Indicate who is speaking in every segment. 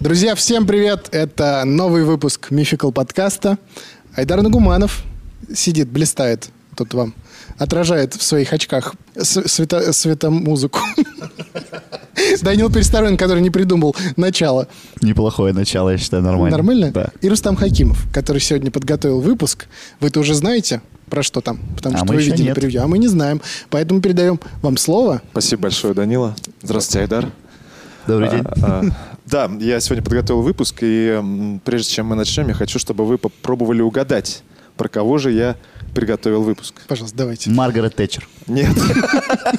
Speaker 1: Друзья, всем привет! Это новый выпуск Мификал подкаста. Айдар Нагуманов сидит, блистает тут вам, отражает в своих очках с- света- светомузыку. Данил Пересторонин, который не придумал начало.
Speaker 2: Неплохое начало, я считаю, нормально.
Speaker 1: Нормально?
Speaker 2: Да.
Speaker 1: И Рустам Хакимов, который сегодня подготовил выпуск. Вы-то уже знаете, про что там, потому
Speaker 2: А
Speaker 1: что
Speaker 2: мы
Speaker 1: вы
Speaker 2: еще
Speaker 1: видели
Speaker 2: нет.
Speaker 1: превью, а мы не знаем. Поэтому передаем вам слово.
Speaker 3: Спасибо большое, Данила. Здравствуйте, Айдар.
Speaker 2: Добрый день.
Speaker 3: А, а, Да, я сегодня подготовил выпуск, и м, прежде чем мы начнем, я хочу, чтобы вы попробовали угадать, про кого же я приготовил выпуск.
Speaker 1: Пожалуйста, давайте.
Speaker 2: Маргарет Тэтчер.
Speaker 3: Нет,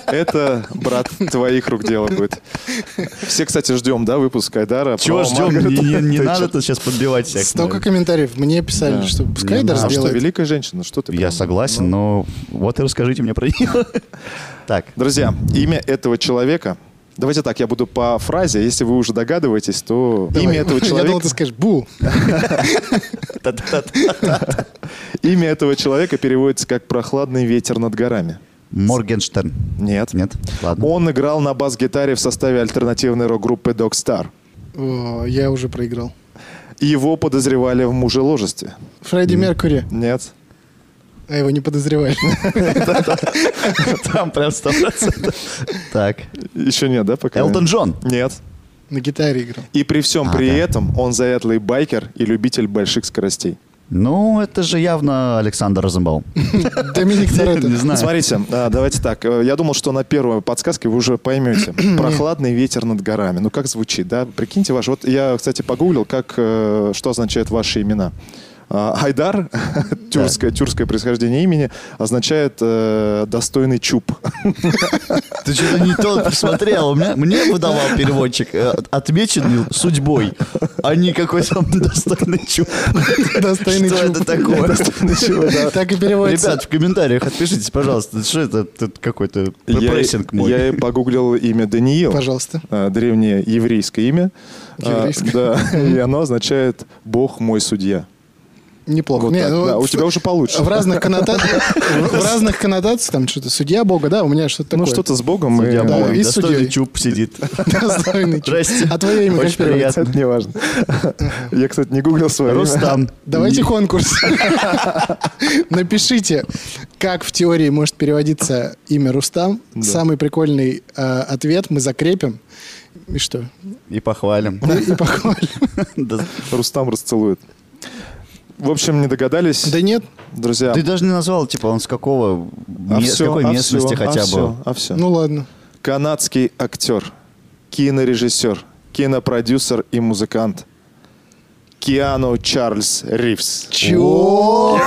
Speaker 3: это, брат, твоих рук дело будет. Все, кстати, ждем, да, выпуск Айдара. про
Speaker 2: Чего ждем?
Speaker 3: Маргарет
Speaker 2: Не, не- не
Speaker 3: Тэтчер.
Speaker 2: надо тут сейчас подбивать всех.
Speaker 1: Столько комментариев мне писали,
Speaker 3: Да.
Speaker 1: что пускай
Speaker 2: Не
Speaker 1: Айдар
Speaker 2: надо.
Speaker 3: А что,
Speaker 1: сделает.
Speaker 3: великая женщина, что ты?
Speaker 2: Я
Speaker 3: прям-
Speaker 2: согласен, но вот и расскажите мне про нее. Так,
Speaker 3: Друзья, имя этого человека... Давайте так, я буду по фразе, если вы уже догадываетесь, то
Speaker 1: Давай.
Speaker 3: имя этого
Speaker 1: Я думал,
Speaker 3: человека...
Speaker 1: ты скажешь «бу».
Speaker 2: Та-та-та.
Speaker 3: Имя этого человека переводится как «прохладный ветер над горами».
Speaker 2: Моргенштерн.
Speaker 3: Нет.
Speaker 2: Нет? Ладно.
Speaker 3: Он играл на бас-гитаре в составе альтернативной рок-группы Dog Star.
Speaker 1: О, я уже проиграл.
Speaker 3: Его подозревали в мужеложестве.
Speaker 1: Фредди Меркури,
Speaker 3: Нет.
Speaker 1: а его не подозревали.
Speaker 2: Там прям 100%. Так.
Speaker 3: Еще нет, да, пока?
Speaker 2: Элтон Джон.
Speaker 3: Нет.
Speaker 1: На гитаре играл.
Speaker 3: И при всем
Speaker 2: А,
Speaker 3: при
Speaker 2: да.
Speaker 3: этом он заядлый байкер и любитель больших скоростей.
Speaker 2: Ну, это же явно Александр Розенбаум.
Speaker 1: Доминик Торетто.
Speaker 2: Не знаю.
Speaker 3: Смотрите, а, давайте так. э, Я думал, что на первой подсказке вы уже поймете. Прохладный ветер над горами. Ну, как звучит, да? Прикиньте ваш. Вот я, кстати, погуглил, как, э, что означают ваши имена. А, Айдар, тюркское, тюркское происхождение имени, означает э, «достойный чуб».
Speaker 2: Ты что-то не то посмотрел. Мне, мне выдавал переводчик, э, отмеченный судьбой, а не какой-то достойный чувак.
Speaker 1: Достойный
Speaker 2: Что
Speaker 1: чуб.
Speaker 2: это такое?
Speaker 1: Так и переводится.
Speaker 2: Ребят, в комментариях отпишитесь, пожалуйста, что это тут какой-то
Speaker 3: Я-
Speaker 2: прессинг мой.
Speaker 3: Я и погуглил имя Даниил.
Speaker 1: Пожалуйста.
Speaker 3: Э, Древнее еврейское имя. Э,
Speaker 1: Еврейское.
Speaker 3: Да, и оно означает «Бог мой судья».
Speaker 1: Неплохо.
Speaker 3: Вот
Speaker 1: Не,
Speaker 3: так,
Speaker 1: ну,
Speaker 3: да. У
Speaker 1: в-
Speaker 3: тебя уже получше.
Speaker 1: В разных коннотациях, в разных коннотациях, там что-то, судья бога, да, у меня что-то такое.
Speaker 3: Ну, что-то с Богом. и-
Speaker 2: Судья
Speaker 1: Да,
Speaker 2: Бог,
Speaker 1: и
Speaker 2: достойный
Speaker 1: судьей.
Speaker 2: чуб сидит.
Speaker 1: Достойный чуб.
Speaker 2: Здрасте.
Speaker 1: А твое имя как
Speaker 2: Очень
Speaker 1: переводится?
Speaker 2: приятно.
Speaker 3: Это не важно. Я, кстати, не гуглил свое имя.
Speaker 2: Рустам.
Speaker 1: Давайте
Speaker 2: И-
Speaker 1: конкурс. Напишите, как в теории может переводиться имя Рустам. Самый прикольный э, ответ мы закрепим. И что?
Speaker 2: И похвалим.
Speaker 1: И похвалим.
Speaker 2: Да.
Speaker 3: Рустам расцелует. В общем, не догадались,
Speaker 1: Да нет.
Speaker 3: друзья.
Speaker 2: Ты даже не назвал, типа, он с какого,
Speaker 3: А
Speaker 2: ме- с
Speaker 3: всё,
Speaker 2: какой
Speaker 3: а
Speaker 2: местности
Speaker 3: всё,
Speaker 2: хотя бы.
Speaker 3: а всё, а всё.
Speaker 1: Ну ладно.
Speaker 3: Канадский актер, кинорежиссер, кинопродюсер и музыкант. Киану Чарльз Ривз.
Speaker 1: Чего?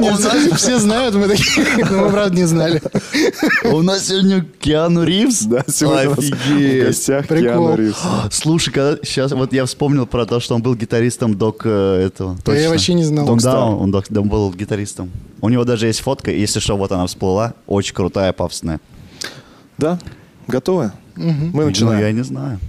Speaker 1: Не, все- Все знают, мы такие, но мы правда не знали.
Speaker 2: А У нас сегодня Киану Ривз.
Speaker 3: Да, сегодня у нас в
Speaker 2: Офигеть.
Speaker 3: гостях
Speaker 1: Прикол.
Speaker 3: Киану Ривз.
Speaker 2: Слушай, когда, сейчас вот я вспомнил про то, что он был гитаристом док э, этого.
Speaker 1: Да я
Speaker 2: точно.
Speaker 1: вообще не знал.
Speaker 2: Он,
Speaker 1: Док
Speaker 2: да,
Speaker 1: Стар.
Speaker 2: он, док- да, он был гитаристом. У него даже есть фотка, если что, вот она всплыла. Очень крутая, пафосная.
Speaker 3: Да? Готовы? Мы
Speaker 2: Ну, я
Speaker 3: начинаем.
Speaker 2: не знаю.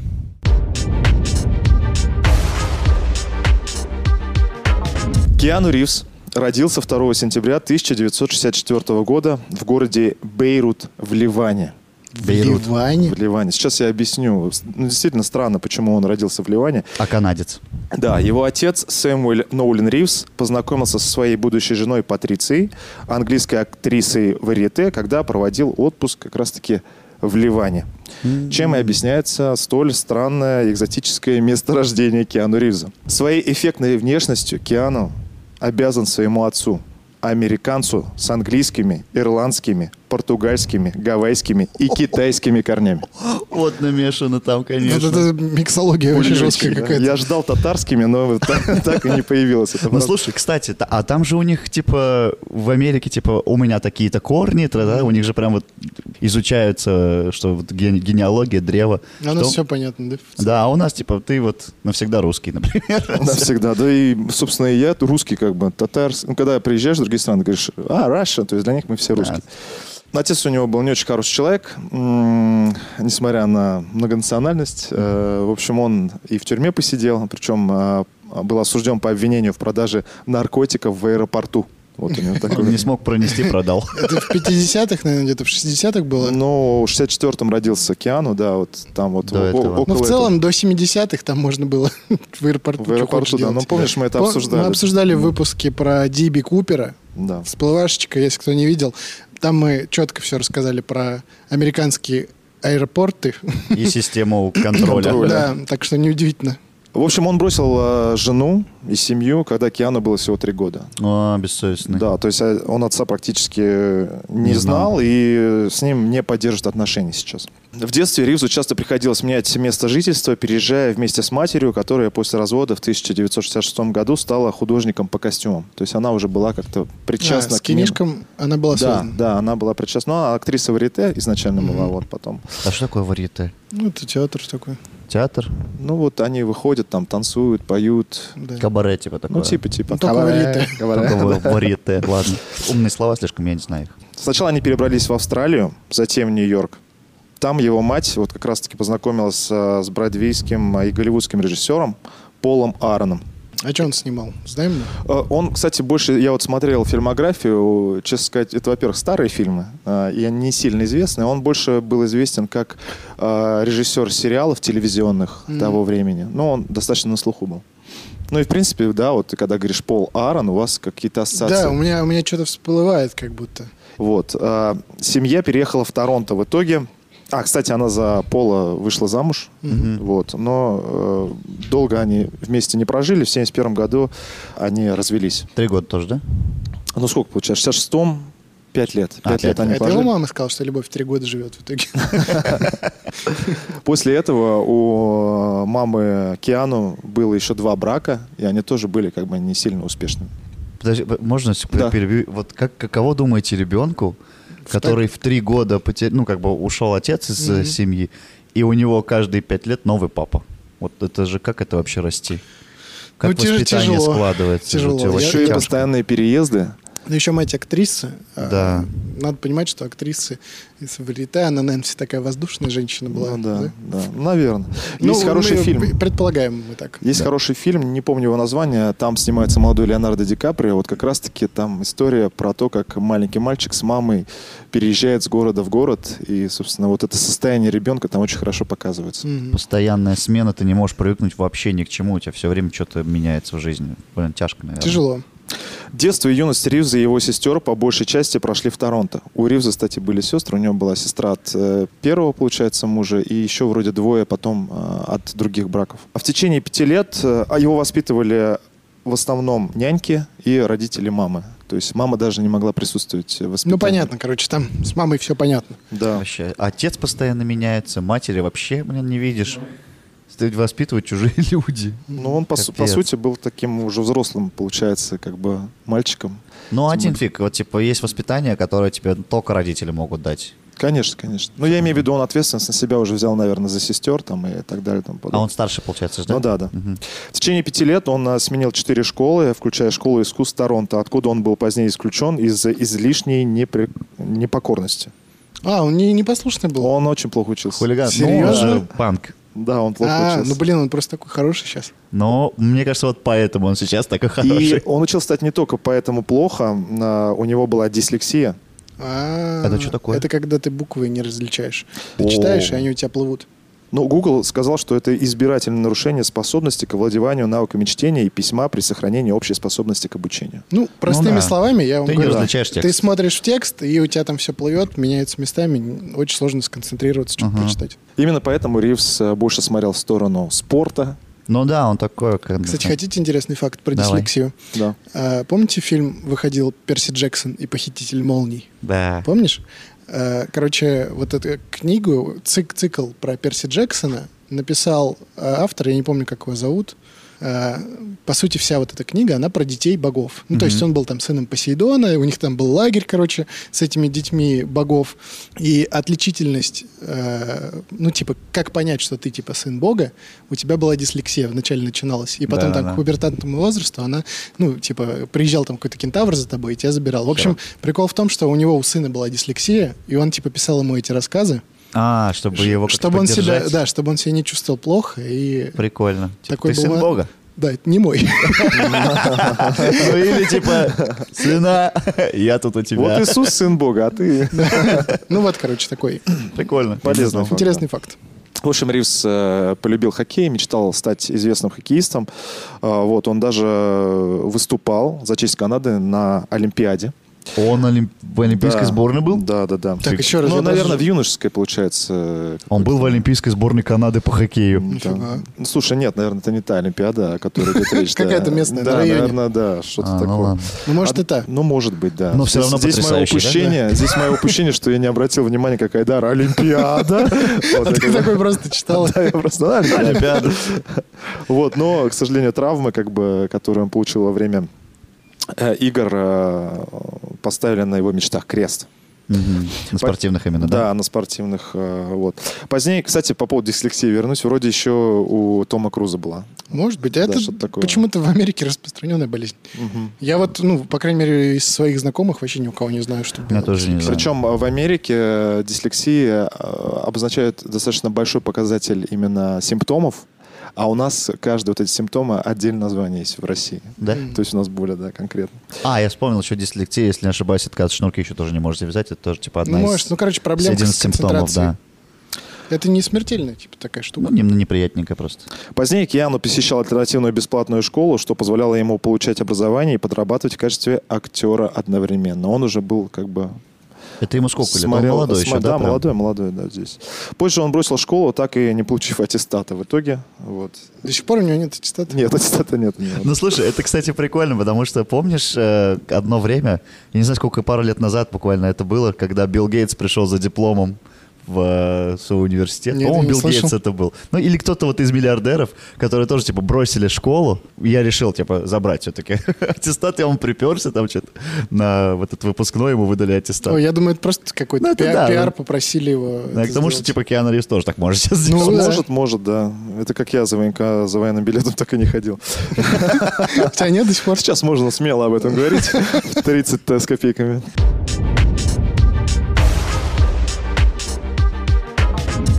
Speaker 3: Киану Ривз родился 2 сентября 1964 года в городе Бейрут в Ливане.
Speaker 1: В
Speaker 2: Бейрут.
Speaker 1: Ливане?
Speaker 3: В Ливане. Сейчас я объясню. С- ну, Действительно странно, почему он родился в Ливане.
Speaker 2: А канадец.
Speaker 3: Да, его отец Сэмюэль Ноулин Ривз познакомился со своей будущей женой Патрицией, английской актрисой варьете, когда проводил отпуск как раз-таки в Ливане. Чем и объясняется столь странное экзотическое месторождение Киану Ривза. Своей эффектной внешностью Киану обязан своему отцу, американцу с английскими, ирландскими, португальскими, гавайскими и китайскими корнями.
Speaker 2: Вот намешано
Speaker 1: Ну,
Speaker 2: там,
Speaker 1: Вот
Speaker 2: конечно.
Speaker 1: это миксология очень жесткая
Speaker 3: Да.
Speaker 1: какая-то.
Speaker 3: Я ждал татарскими, но вот так, так и не появилось. Это
Speaker 2: Ну
Speaker 3: правда.
Speaker 2: слушай, кстати, та- а там же у них типа в Америке типа у меня такие-то корни, тра- да, у них же прям вот изучаются, что вот ген- генеалогия, древо.
Speaker 1: А
Speaker 3: Ну,
Speaker 1: У нас
Speaker 2: Что-
Speaker 1: все понятно, да?
Speaker 2: Да, а у нас типа ты вот навсегда русский, например.
Speaker 3: навсегда. Да и, собственно, и я русский как бы, татар. Ну, когда приезжаешь в другие страны, говоришь, а, Раша, то есть для них мы все русские. Отец у него был не очень хороший человек, м, несмотря на многонациональность. Э, В общем, он и в тюрьме посидел, причем э, был осужден по обвинению в продаже наркотиков в аэропорту. Вот у него
Speaker 2: Он
Speaker 3: такой.
Speaker 2: не смог пронести, продал.
Speaker 1: Это в 50-х, наверное, где-то в 60-х было.
Speaker 3: Ну, в 64-м родился Океану, да, вот там вот
Speaker 2: До
Speaker 3: о-
Speaker 2: этого.
Speaker 3: около
Speaker 1: Ну, в
Speaker 3: этого.
Speaker 1: целом, до 70-х там можно было в аэропорту
Speaker 3: В
Speaker 1: чё хочешь
Speaker 3: аэропорту, да. Ну,
Speaker 1: делать.
Speaker 3: помнишь, мы это
Speaker 1: Пом-
Speaker 3: обсуждали?
Speaker 1: Мы обсуждали в выпуске про Диби Купера,
Speaker 3: Да.
Speaker 1: всплывашечка, если кто не видел. Там мы четко все рассказали про американские аэропорты.
Speaker 2: И систему контроля.
Speaker 3: Контроля.
Speaker 1: Да, так что неудивительно.
Speaker 3: В общем, он бросил э, жену и семью, когда Океану было всего три года.
Speaker 2: О, бессовестный.
Speaker 3: Да, то есть э, он отца практически э, не,
Speaker 2: Не
Speaker 3: знал,
Speaker 2: знал.
Speaker 3: и э, с ним не поддержит отношения сейчас. В детстве Ривзу часто приходилось менять место жительства, переезжая вместе с матерью, которая после развода в 1966 году стала художником по костюмам. То есть она уже была как-то
Speaker 1: А,
Speaker 3: причастна
Speaker 1: с
Speaker 3: к ним.
Speaker 1: кинишком она была
Speaker 3: Да,
Speaker 1: создана.
Speaker 3: да, она была причастна. Ну, она актриса варите изначально была,
Speaker 1: Мгм.
Speaker 3: вот потом.
Speaker 2: А что такое варьете?
Speaker 1: Ну, это театр такой.
Speaker 2: Театр?
Speaker 3: Ну вот они выходят, там танцуют, поют.
Speaker 1: да.
Speaker 2: Кабаре типа такое.
Speaker 3: Ну типа, типа.
Speaker 1: Ну, только варьете.
Speaker 3: Кабаре.
Speaker 2: Такого варьете. Ладно. Умные слова слишком, я не знаю их.
Speaker 3: Сначала они перебрались в Австралию, затем в Нью-Йорк. Там его мать вот как раз-таки познакомилась э, с бродвейским э, и голливудским режиссером Полом Аароном.
Speaker 1: А что он снимал? ну? Знаем? мы?
Speaker 3: Э, Он, кстати, больше, я вот смотрел фильмографию, честно сказать, это, во-первых, старые фильмы, э, и они не сильно известны. Он больше был известен как э, режиссер сериалов телевизионных
Speaker 1: Мгм.
Speaker 3: того времени. Но он достаточно на слуху был. Ну и, в принципе, да, вот ты когда говоришь Пол Аарон, у вас какие-то ассоциации.
Speaker 1: Да, у меня, у меня что-то всплывает как будто.
Speaker 3: Вот. э, Семья переехала в Торонто в итоге. А, кстати, она за Пола вышла замуж.
Speaker 1: Мгм.
Speaker 3: Вот. Но э, долго они вместе не прожили. В 71 году они развелись.
Speaker 2: Три года тоже, да?
Speaker 3: Ну, сколько получается? В 66-м 5 лет.
Speaker 2: А,
Speaker 3: 5 лет
Speaker 2: пять
Speaker 3: они
Speaker 1: это
Speaker 3: прожили.
Speaker 1: его мама сказала, что любовь три года живет в итоге.
Speaker 3: После этого у э, мамы Киану было еще два брака, и они тоже были как бы не сильно успешными.
Speaker 2: Подожди, п- можно с-
Speaker 3: Да.
Speaker 2: перебью? Вот как, каково думаете ребенку, который в три года поте- ну, как бы ушел отец из э,
Speaker 1: Мгм.
Speaker 2: семьи, и у него каждые пять лет новый папа? Вот это же как это вообще расти? Как
Speaker 1: Ну, ти-
Speaker 2: воспитание
Speaker 1: тяжело.
Speaker 2: складывается? же,
Speaker 1: Тяжело.
Speaker 2: у тебя
Speaker 1: Я-
Speaker 2: вообще
Speaker 3: Еще и
Speaker 2: тяжко.
Speaker 3: постоянные переезды.
Speaker 1: Ну, еще мать актриса. а,
Speaker 2: Да.
Speaker 1: Надо понимать, что актрисы из Валита, она, наверное, все такая воздушная женщина была.
Speaker 3: Ну, да, да. Наверное.
Speaker 1: Ну,
Speaker 3: Есть хороший
Speaker 1: мы
Speaker 3: фильм.
Speaker 1: п- Предполагаем мы так.
Speaker 3: Есть хороший фильм, не помню его название, там снимается молодой Леонардо Ди Каприо, вот как раз-таки там история про то, как маленький мальчик с мамой переезжает с города в город, и, собственно, вот это состояние ребенка там очень хорошо показывается.
Speaker 1: Мгм.
Speaker 2: Постоянная смена, ты не можешь привыкнуть вообще ни к чему, у тебя все время что-то меняется в жизни. Блин, тяжко, наверное.
Speaker 1: Тяжело.
Speaker 3: Детство и юность Ривза и его сестер по большей части прошли в Торонто. У Ривза, кстати, были сестры, у него была сестра от э, первого, получается, мужа, и еще вроде двое потом э, от других браков. А в течение пяти лет э, а его воспитывали в основном няньки и родители мамы. То есть мама даже не могла присутствовать в воспитании.
Speaker 1: Ну, понятно, короче, там с мамой все понятно.
Speaker 3: Да.
Speaker 2: Вообще, отец постоянно меняется, матери вообще, блин, не видишь. Ты воспитывать чужие люди.
Speaker 3: Ну, он, по, су- по
Speaker 2: Капец.
Speaker 3: сути, был таким уже взрослым, получается, как бы мальчиком.
Speaker 2: Ну, один фиг, вот типа есть воспитание, которое тебе только родители могут дать.
Speaker 3: Конечно, конечно. Ну, я имею в виду, он ответственность на себя уже взял, наверное, за сестер там и так далее. Там,
Speaker 2: А он старше, получается, да?
Speaker 3: Ну да, да.
Speaker 2: Мгм.
Speaker 3: В течение пяти лет он а, сменил четыре школы, включая школу искусств Торонто, откуда он был позднее исключен из-за излишней непри- непокорности.
Speaker 1: А, он не, непослушный был.
Speaker 3: Он очень плохо учился.
Speaker 2: Хулиган.
Speaker 1: Серьезно?
Speaker 2: Ну, он же панк.
Speaker 3: Да, он плохо
Speaker 1: а,
Speaker 3: учился.
Speaker 1: ну, блин, он просто такой хороший сейчас.
Speaker 2: Но мне кажется, вот поэтому он сейчас такой хороший.
Speaker 3: и он учился, кстати, не только поэтому плохо. а, У него была дислексия.
Speaker 1: А,
Speaker 2: Это чё такое?
Speaker 1: Это когда ты буквы не различаешь. Ты
Speaker 3: О.
Speaker 1: читаешь, и они у тебя плывут.
Speaker 3: Ну, Google сказал, что это избирательное нарушение способности к овладеванию навыками чтения и письма при сохранении общей способности к обучению.
Speaker 1: Ну, простыми
Speaker 2: да.
Speaker 1: словами, я вам
Speaker 2: Ты не
Speaker 1: говорю,
Speaker 2: различаешь
Speaker 1: ты
Speaker 2: текст.
Speaker 1: смотришь в текст, и у тебя там все плывет, меняется местами, очень сложно сконцентрироваться, что-то
Speaker 2: Ага.
Speaker 1: прочитать.
Speaker 3: Именно поэтому Ривз э, больше смотрел в сторону спорта.
Speaker 2: Ну да, он такой. как-
Speaker 1: Кстати, хотите интересный факт про
Speaker 2: Давай.
Speaker 1: дислексию?
Speaker 3: Да.
Speaker 1: А, Помните фильм выходил Перси Джексон и похититель молний?
Speaker 2: Да.
Speaker 1: Помнишь? Э, Короче, вот эту книгу, цик цикл про Перси Джексона написал э, автор, я не помню, как его зовут. Э, По сути, вся вот эта книга, она про детей богов. Ну, то есть он был там сыном Посейдона, у них там был лагерь, короче, с этими детьми богов. И отличительность, э, ну, типа, как понять, что ты, типа, сын бога, у тебя была дислексия, вначале начиналась. И потом там
Speaker 2: Да-да-да.
Speaker 1: к пубертантному возрасту она, ну, типа, приезжал там какой-то кентавр за тобой и тебя забирал. В общем, прикол в том, что у него у сына была дислексия, и он, типа, писал ему эти рассказы,
Speaker 2: А, чтобы его как-то
Speaker 1: чтобы он себя,
Speaker 2: поддержать.
Speaker 1: да, чтобы он себя не чувствовал плохо, и
Speaker 2: Прикольно. Типа,
Speaker 1: Такой
Speaker 2: ты
Speaker 1: был
Speaker 2: сын
Speaker 1: ма-
Speaker 2: Бога.
Speaker 1: Да, это не мой.
Speaker 2: Ну или типа, сына, я тут у тебя.
Speaker 3: Вот Иисус, сын Бога, а ты...
Speaker 1: Ну вот, короче, такой
Speaker 2: Прикольно.
Speaker 3: Полезно.
Speaker 2: Интересно.
Speaker 1: интересный факт.
Speaker 3: В общем, Ривз э, полюбил хоккей, мечтал стать известным хоккеистом. Э, вот, он даже выступал за честь Канады на Олимпиаде.
Speaker 2: Он олимп- в олимпийской
Speaker 3: Да.
Speaker 2: сборной был?
Speaker 3: Да, да, да.
Speaker 1: Так, еще раз.
Speaker 3: Ну,
Speaker 1: я даже-
Speaker 3: наверное, в юношеской, получается. э,
Speaker 2: Он был в олимпийской сборной Канады по хоккею.
Speaker 3: там.
Speaker 1: Нифига.
Speaker 3: Ну, Слушай, нет, наверное, это не та Олимпиада, о которой идет речь. да.
Speaker 1: Какая-то местная, на
Speaker 3: Да,
Speaker 1: районе.
Speaker 3: наверное, да, что-то
Speaker 2: А, ну
Speaker 3: такое.
Speaker 2: ладно.
Speaker 1: Ну, может, и та.
Speaker 3: Ну, может быть, да.
Speaker 2: Но всё
Speaker 3: Здесь-
Speaker 2: равно
Speaker 3: здесь мое
Speaker 2: потрясающе, да?
Speaker 3: упущение, здесь мое упущение, что я не обратил внимания, какая дар Олимпиада. Вот,
Speaker 1: А ты
Speaker 3: это-
Speaker 1: такой просто читал.
Speaker 3: Да, я просто «Да, Олимпиада. Вот, но, к сожалению, травмы, как бы, которые он получил во время э, игр, э, поставили на его мечтах крест.
Speaker 2: Мгм. На спортивных именно, да?
Speaker 3: Да, на спортивных. э, Вот. Позднее, кстати, по поводу дислексии вернусь, вроде еще у Тома Круза была.
Speaker 1: Может быть, а это
Speaker 3: что-то такое.
Speaker 1: почему-то в Америке распространенная болезнь. Я вот, ну, по крайней мере, из своих знакомых вообще ни у кого не знаю, что
Speaker 2: Я
Speaker 1: было.
Speaker 2: тоже не знаю.
Speaker 3: Причем э, в Америке э, дислексия э, обозначает достаточно большой показатель именно симптомов, а у нас каждый вот эти симптомы отдельное название есть в России.
Speaker 2: Да?
Speaker 3: То есть у нас более, да, конкретно.
Speaker 2: А, я вспомнил, еще дислектия, если не ошибаюсь, отказ шнурки еще тоже не можете вязать. Это тоже типа одна
Speaker 1: Ну,
Speaker 2: из-
Speaker 1: может, ну, короче,
Speaker 2: из
Speaker 1: проблемка
Speaker 2: 11
Speaker 1: с
Speaker 2: симптомов,
Speaker 1: концентрацией.
Speaker 2: да.
Speaker 1: Это не смертельная, типа, такая
Speaker 2: Ну,
Speaker 1: штука.
Speaker 2: немного неприятненько просто.
Speaker 3: Позднее Киану посещал альтернативную бесплатную школу, что позволяло ему получать образование и подрабатывать в качестве актера одновременно. Он уже был как бы...
Speaker 2: Это ему сколько лет? Он
Speaker 3: смотрел-
Speaker 2: молодой
Speaker 3: см-
Speaker 2: еще,
Speaker 3: да,
Speaker 2: да? прям?
Speaker 3: молодой, молодой, да, здесь. Позже он бросил школу, так и не получив аттестата в итоге. Вот.
Speaker 1: До сих пор у него нет аттестата.
Speaker 3: Нет, аттестата нет. у него.
Speaker 2: Ну слушай, это, кстати, прикольно, потому что помнишь э, одно время, я не знаю, сколько пару лет назад буквально это было, когда Билл Гейтс пришел за дипломом в э, свой университет.
Speaker 1: Нет,
Speaker 2: По-моему,
Speaker 1: я не
Speaker 2: Билл
Speaker 1: слышал.
Speaker 2: Гейтс это был. Ну или кто-то вот из миллиардеров, которые тоже типа бросили школу. Я решил типа забрать все-таки аттестат, я вам приперся там что-то на вот этот выпускной, ему выдали аттестат.
Speaker 1: Ой, я думаю, это просто какой-то
Speaker 2: Ну, это
Speaker 1: пиар,
Speaker 2: да,
Speaker 1: пиар
Speaker 2: ну.
Speaker 1: попросили его.
Speaker 2: Да,
Speaker 1: это
Speaker 2: к тому, что
Speaker 1: сделать.
Speaker 2: типа Киану Ривз тоже так может сейчас
Speaker 1: Ну,
Speaker 2: сделать.
Speaker 1: да.
Speaker 3: может, может, да. Это как я за, военка- за военным билетом так и не ходил.
Speaker 2: типа
Speaker 1: У тебя нет до сих пор?
Speaker 3: Сейчас можно смело об этом говорить. В 30 с копейками.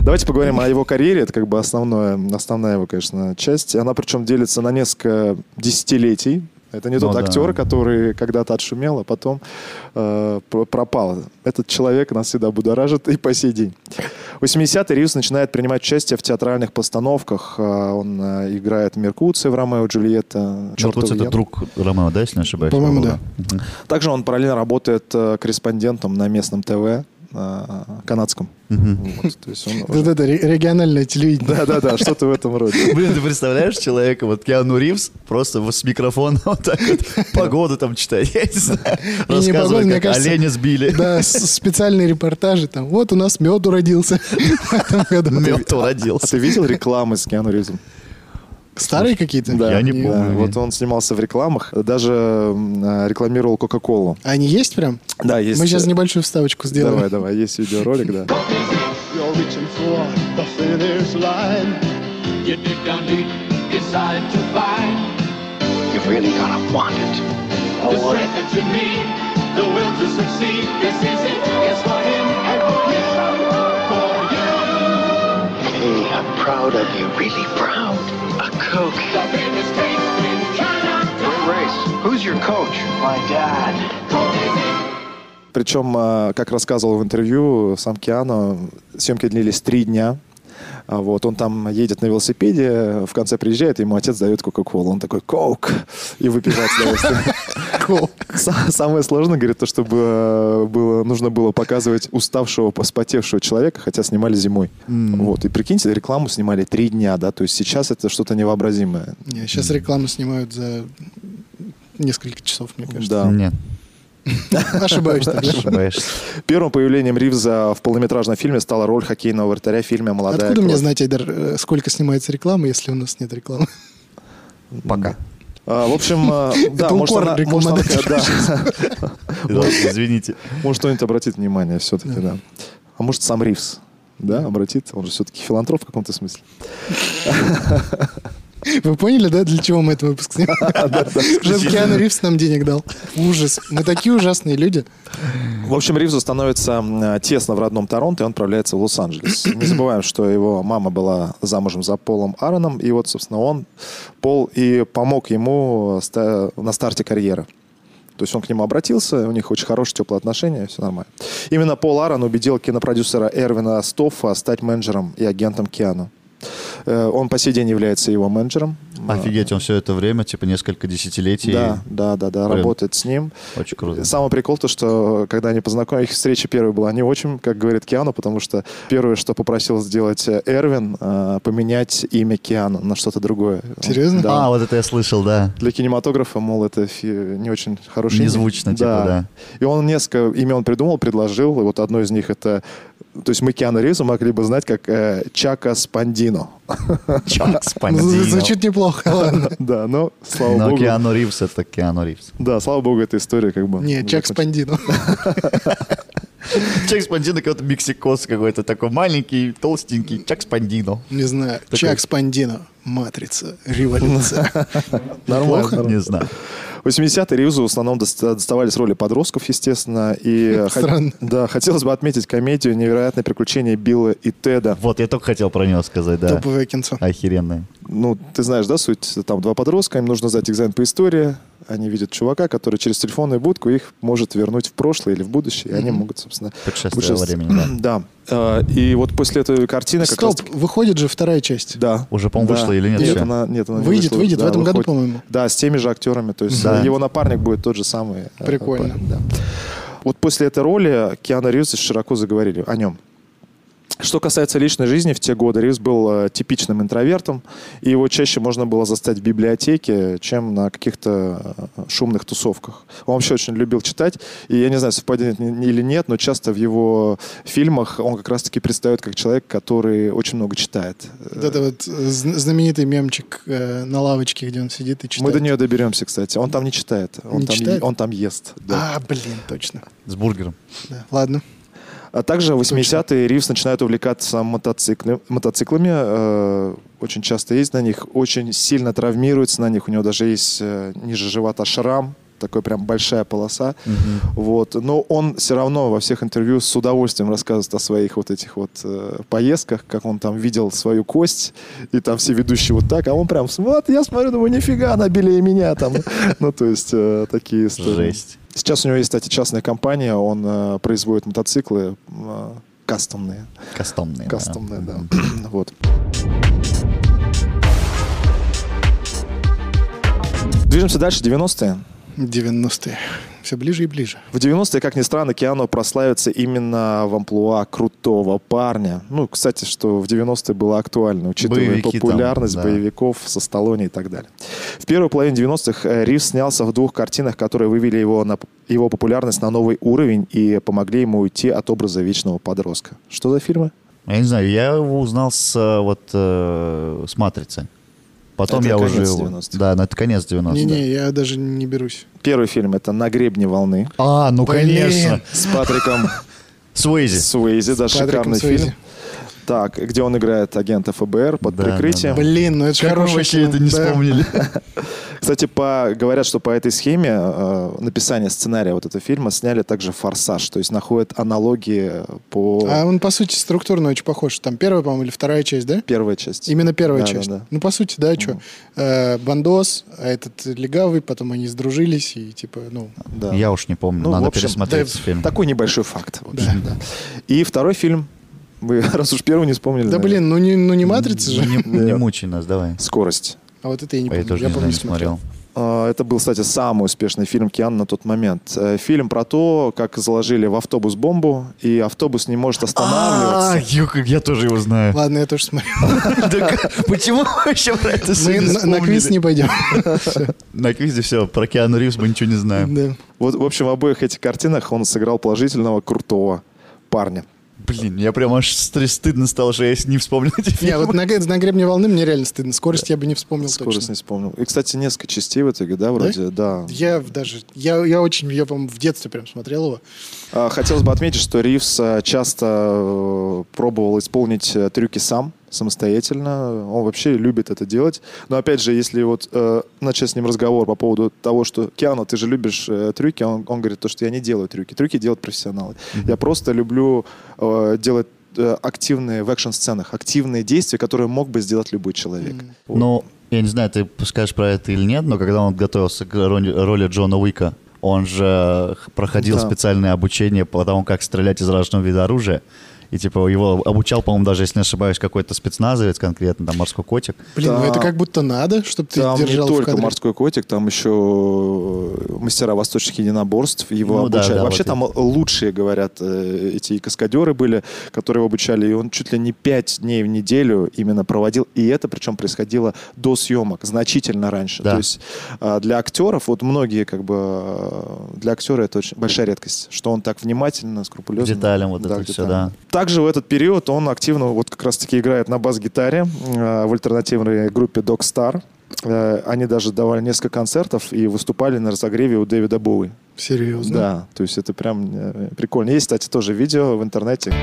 Speaker 3: Давайте поговорим о его карьере. Это как бы основное, основная его, конечно, часть. Она причем делится на несколько десятилетий. Это не
Speaker 2: Ну
Speaker 3: тот
Speaker 2: да.
Speaker 3: актер, который когда-то отшумел, а потом э, пр- пропал. Этот человек нас всегда будоражит и по сей день. В 80-е Ривз начинает принимать участие в театральных постановках. Э, Он э, играет Меркуция в Ромео и Джульетта. «Чёртовы
Speaker 2: Меркуц это
Speaker 3: Яд».
Speaker 2: друг Ромео, да, если не ошибаюсь?
Speaker 1: По-моему,
Speaker 2: был, Мгм.
Speaker 3: Также он параллельно работает э, корреспондентом на местном ТВ э, канадском. Вот, то есть он-
Speaker 1: Да-да-да, ре- региональное телевидение.
Speaker 3: Да-да-да, что-то в этом роде.
Speaker 2: Блин, ты представляешь человека, вот Киану Ривз, просто вот с микрофона вот так вот погоду там читает, я не знаю,
Speaker 1: И не погода,
Speaker 2: рассказывает,
Speaker 1: мне
Speaker 2: как
Speaker 1: кажется,
Speaker 2: оленя сбили,
Speaker 1: Да, с- специальные репортажи там. Вот у нас мед уродился в этом году.
Speaker 2: мед уродился.
Speaker 3: А ты видел рекламы с Киану Ривзом?
Speaker 1: Старые какие-то?
Speaker 2: Я не помню.
Speaker 3: Да, вот он снимался в рекламах, даже м, э, рекламировал Кока-Колу.
Speaker 1: Они есть прям?
Speaker 3: Да, есть. э,
Speaker 1: Мы сейчас
Speaker 2: э,
Speaker 1: небольшую вставочку
Speaker 3: Давай,
Speaker 1: сделаем.
Speaker 3: давай, есть видеоролик, да.
Speaker 4: You're reaching for the finish line.
Speaker 5: You dig down deep, decide to find.
Speaker 4: You've really gotta want it.
Speaker 5: The strength that you need, the will to succeed. This is it, it's for him and for you. For you,
Speaker 4: Hey, I'm proud of you, really proud. A Coke.
Speaker 5: the biggest taste in Chinatown.
Speaker 4: race. Who's your coach? My dad.
Speaker 3: Причем, э, как рассказывал в интервью сам Киану, съемки длились три дня. А Вот, он там едет на велосипеде, в конце приезжает, ему отец дает Кока-Колу. Он такой, Коук! И выпивает с удовольствием. Са- Самое сложное, говорит, то, чтобы э, было, нужно было показывать уставшего, вспотевшего человека, хотя снимали зимой. Вот, и прикиньте, рекламу снимали три дня, да, то есть сейчас это что-то невообразимое.
Speaker 1: Сейчас рекламу снимают за несколько часов, мне кажется.
Speaker 3: Да.
Speaker 2: Нет,
Speaker 1: Ошибаюсь тогда.
Speaker 2: ошибаешься.
Speaker 3: Первым появлением Ривза в полнометражном фильме стала роль хоккейного вратаря в фильме «Молодая
Speaker 1: Откуда мне
Speaker 3: кровь».
Speaker 1: знать, Айдар, э, сколько снимается реклама, если у нас нет рекламы?
Speaker 2: Пока.
Speaker 3: А, В общем, э, да,
Speaker 1: Это
Speaker 3: может,
Speaker 1: укор
Speaker 3: она, может, она
Speaker 1: рекламодателю.
Speaker 3: такая, да.
Speaker 2: Извините.
Speaker 3: Может, кто-нибудь обратит внимание все-таки, да. А может, сам Ривз, да, обратит. Он же все-таки филантроп в каком-то смысле.
Speaker 1: Вы поняли, да, для чего мы этот выпуск снимаем? Уже Киану Ривз нам денег дал. Ужас. Мы такие ужасные люди.
Speaker 3: В общем, Ривзу становится м, тесно в родном Торонто, и он отправляется в Лос-Анджелес. Не забываем, что его мама была замужем за Полом Аароном, и вот, собственно, он, Пол, и помог ему э, ста- на старте карьеры. То есть он к нему обратился, у них очень хорошие теплые отношения, все нормально. Именно Пол Аарон убедил кинопродюсера Эрвина Стоффа стать менеджером и агентом Киану. Э, Он по сей день является его менеджером.
Speaker 2: Офигеть, он все это время, типа несколько десятилетий.
Speaker 3: А. Да, да, да, да,
Speaker 2: Блин.
Speaker 3: работает с ним.
Speaker 2: Очень круто.
Speaker 3: Самый прикол то, что когда они познакомились, их встреча первая была не очень, как говорит Киану, потому что первое, что попросил сделать э, Эрвин, э, поменять имя Киану на что-то другое.
Speaker 1: Серьезно?
Speaker 3: Да.
Speaker 2: А, вот это я слышал, да.
Speaker 3: Для кинематографа, мол, это фи- не очень хороший
Speaker 2: Незвучно, типа, да.
Speaker 3: И он несколько имен придумал, предложил, и вот одно из них это... То есть мы Киану Ривза могли бы знать как э, Чака Спандино.
Speaker 2: Чак
Speaker 1: Ну,
Speaker 2: Спандино.
Speaker 1: Звучит неплохо, ладно.
Speaker 3: Да, но, слава
Speaker 2: Но
Speaker 3: богу...
Speaker 2: Киану Ривз это Киану Ривз.
Speaker 3: Да, слава богу, эта история как бы...
Speaker 1: Не, Чак
Speaker 3: закончилась.
Speaker 1: Спандино.
Speaker 2: Чак Спандино какой-то мексикос какой-то такой маленький, толстенький. Чак Спандино.
Speaker 1: Не знаю. Чак Спандино. Матрица. Революция.
Speaker 3: Нормально. нормально.
Speaker 2: Не знаю.
Speaker 3: 80-е Ривзу в основном доста- доставались роли подростков, естественно. И хо-
Speaker 1: Странно.
Speaker 3: Да, хотелось бы отметить комедию «Невероятные приключения Билла и Теда».
Speaker 2: Вот, я только хотел про него сказать, да.
Speaker 1: Топовое кинцо.
Speaker 3: А
Speaker 2: Охеренная.
Speaker 3: Ну, ты знаешь, да, суть? Там два подростка, им нужно сдать экзамен по истории. Они видят чувака, который через телефонную будку их может вернуть в прошлое или в будущее. И они могут, собственно...
Speaker 2: Путешествие
Speaker 3: путешествовать.
Speaker 2: во времени,
Speaker 3: да. Э, И вот после этой картины как раз...
Speaker 1: Стоп, выходит же вторая часть.
Speaker 3: Да.
Speaker 2: Уже, по-моему,
Speaker 3: Да.
Speaker 2: вышло или нет
Speaker 3: Нет,
Speaker 2: еще?
Speaker 3: она, нет, она не
Speaker 1: Выйдет,
Speaker 3: вышла.
Speaker 1: выйдет в этом году,
Speaker 3: выходит.
Speaker 1: по-моему.
Speaker 3: Да, с теми же актерами. То есть
Speaker 2: Да.
Speaker 3: э, его напарник будет тот же самый. э,
Speaker 1: Прикольно.
Speaker 3: парень, да. Вот после этой роли Киану Ривз широко заговорили о нем. Что касается личной жизни, в те годы Ривз был э, типичным интровертом, и его чаще можно было застать в библиотеке, чем на каких-то э, шумных тусовках. Он вообще очень любил читать, и я не знаю, совпадение это не- или нет, но часто в его фильмах он как раз-таки предстает как человек, который очень много читает.
Speaker 1: Вот это вот э, зн- знаменитый мемчик э, на лавочке, где он сидит и читает.
Speaker 3: Мы до нее доберемся, кстати. Он там не читает. Он,
Speaker 1: Не
Speaker 3: там,
Speaker 1: читает?
Speaker 3: он там ест. да.
Speaker 1: А, блин, точно.
Speaker 2: С бургером.
Speaker 1: Да, Ладно.
Speaker 3: А также в 80-е Ривз начинает увлекаться мотоциклы- мотоциклами. э, очень часто ездит на них. Очень сильно травмируется на них. У него даже есть э, ниже живота шрам. Такой прям большая полоса. Вот. Но он все равно во всех интервью с удовольствием рассказывает о своих вот этих вот э, поездках, как он там видел свою кость, и там все ведущие вот так, а он прям, вот, я смотрю, думаю, нифига, она белее меня там. Ну, то есть, э, такие истории.
Speaker 2: Жесть.
Speaker 3: Сейчас у него есть, кстати, частная компания, он э, производит мотоциклы э, кастомные.
Speaker 2: Кастомный. да.
Speaker 3: Кастомные, да. вот. Движемся дальше, 90-е.
Speaker 1: 90-е. Все ближе и ближе.
Speaker 3: В 90-е, как ни странно, Киану прославится именно в амплуа крутого парня. Ну, кстати, что в 90-е было актуально, учитывая
Speaker 2: Боевики там,
Speaker 3: популярность
Speaker 2: да.
Speaker 3: боевиков со Сталлоне и так далее. В первой половине 90-х э, Ривз снялся в двух картинах, которые вывели его, на, его популярность на новый уровень и помогли ему уйти от образа вечного подростка. Что за фильмы?
Speaker 2: Я не знаю, я его узнал с э, вот э, с матрицы. Потом
Speaker 3: Это
Speaker 2: я
Speaker 3: конец
Speaker 2: уже.
Speaker 3: 90-х.
Speaker 2: Да, но это конец 90-х.
Speaker 1: Не-не, я даже не берусь.
Speaker 3: Первый фильм — это «На гребне волны»
Speaker 2: А, ну
Speaker 1: Блин.
Speaker 2: конечно.
Speaker 3: с Патриком
Speaker 2: Суэйзи.
Speaker 3: Суэйзи, да,
Speaker 1: Патриком
Speaker 3: шикарный
Speaker 1: Суэйзи.
Speaker 3: фильм. Так, где он играет агента ФБР под
Speaker 2: Да, да,
Speaker 3: прикрытием.
Speaker 2: да.
Speaker 1: Блин, ну это же
Speaker 2: Как мы
Speaker 1: хороший
Speaker 2: вообще
Speaker 1: фильм,
Speaker 2: это не
Speaker 1: да.
Speaker 2: вспомнили?
Speaker 3: Кстати, по, говорят, что по этой схеме э, написание сценария вот этого фильма сняли также «Форсаж», то есть находят аналогии э, по
Speaker 1: А он, по сути, структурно очень похож. Там первая, по-моему, или вторая часть, да?
Speaker 3: первой части.
Speaker 1: Именно первая
Speaker 3: Да,
Speaker 1: часть.
Speaker 3: да, да.
Speaker 1: Ну, по сути, да, что? Бандос, а этот легавый, потом они сдружились, и типа, ну...
Speaker 3: Да.
Speaker 2: Я уж не помню,
Speaker 3: Ну, в
Speaker 2: надо
Speaker 3: общем,
Speaker 2: пересмотреть
Speaker 1: да,
Speaker 2: фильм.
Speaker 3: Такой небольшой факт. в
Speaker 1: Да,
Speaker 3: общем, да. И второй фильм, вы раз уж первый не вспомнили.
Speaker 1: Да,
Speaker 3: наверное.
Speaker 1: блин, ну не, ну не «Матрица»
Speaker 2: Не
Speaker 1: же.
Speaker 2: не мучай нас, давай.
Speaker 3: «Скорость».
Speaker 1: А вот это я не
Speaker 2: А Я
Speaker 1: помню.
Speaker 2: тоже
Speaker 1: Я
Speaker 2: не знаю,
Speaker 1: помню,
Speaker 2: не смотрел.
Speaker 3: Э, Это был, кстати, самый успешный фильм Киану на тот момент. Э, Фильм про то, как заложили в автобус бомбу, и автобус не может
Speaker 2: А,
Speaker 3: останавливаться.
Speaker 2: ё, как я тоже его знаю.
Speaker 1: Ладно, я тоже смотрел.
Speaker 2: Да как- Почему мы вообще про это
Speaker 1: Мы
Speaker 2: сегодня
Speaker 1: на- на квиз
Speaker 2: вспомнили?
Speaker 1: не пойдем.
Speaker 2: На квизе все, про Киану Ривз мы ничего не знаем.
Speaker 1: Да.
Speaker 3: Вот, в общем, в обоих этих картинах он сыграл положительного, крутого парня.
Speaker 2: Блин, я прям аж стр- стыдно стало, что я с- не вспомнил эти
Speaker 1: Не,
Speaker 2: фильмы.
Speaker 1: вот на, г- на гребне волны мне реально стыдно. Скорость я бы не вспомнил
Speaker 3: Скорость
Speaker 1: точно.
Speaker 3: не вспомнил. И, кстати, несколько частей в итоге, да, вроде, да.
Speaker 1: Я в- даже... Я, я очень... Я, по-моему, в детстве прям смотрел его.
Speaker 3: А, Хотелось бы отметить, что Ривз а, часто э, пробовал исполнить э, трюки сам. самостоятельно. Он вообще любит это делать. Но опять же, если вот э, начать с ним разговор по поводу того, что Киану, ты же любишь э, трюки, он, он говорит то, что я не делаю трюки. Трюки делают профессионалы. Я просто люблю э, делать э, активные в экшн-сценах, активные действия, которые мог бы сделать любой человек. Вот.
Speaker 2: Ну, я не знаю, ты скажешь про это или нет, но когда он готовился к роли, роли Джона Уика, он же х- проходил
Speaker 3: Да.
Speaker 2: специальное обучение по тому, как стрелять из разного вида оружия. И типа его обучал, по-моему, даже, если не ошибаюсь, какой-то спецназовец конкретно, там морской котик.
Speaker 1: Блин, ну
Speaker 3: Да.
Speaker 1: это как будто надо, чтобы ты
Speaker 3: Там
Speaker 1: держал
Speaker 3: не
Speaker 1: в
Speaker 3: только
Speaker 1: кадре.
Speaker 3: морской котик, там еще э, мастера восточных единоборств его
Speaker 2: Ну да,
Speaker 3: обучали.
Speaker 2: да,
Speaker 3: Вообще
Speaker 2: вот
Speaker 3: там лучшие, говорят, э, эти и каскадеры были, которые его обучали. И он чуть ли не пять дней в неделю именно проводил. И это причем происходило до съемок, значительно раньше.
Speaker 2: Да.
Speaker 3: То есть а, для актеров, вот многие как бы... э, Для актера это очень большая редкость, что он так внимательно,
Speaker 2: К
Speaker 3: скрупулезно.
Speaker 2: деталям вот
Speaker 3: Да,
Speaker 2: это
Speaker 3: к
Speaker 2: все,
Speaker 3: деталям.
Speaker 2: да.
Speaker 3: Также в этот период он активно вот как раз-таки играет на бас-гитаре э, в альтернативной группе Dog Star. Э, Они даже давали несколько концертов и выступали на разогреве у Дэвида Боуи.
Speaker 1: Серьезно.
Speaker 3: Да, то есть это прям э, прикольно. Есть, кстати, тоже видео в интернете.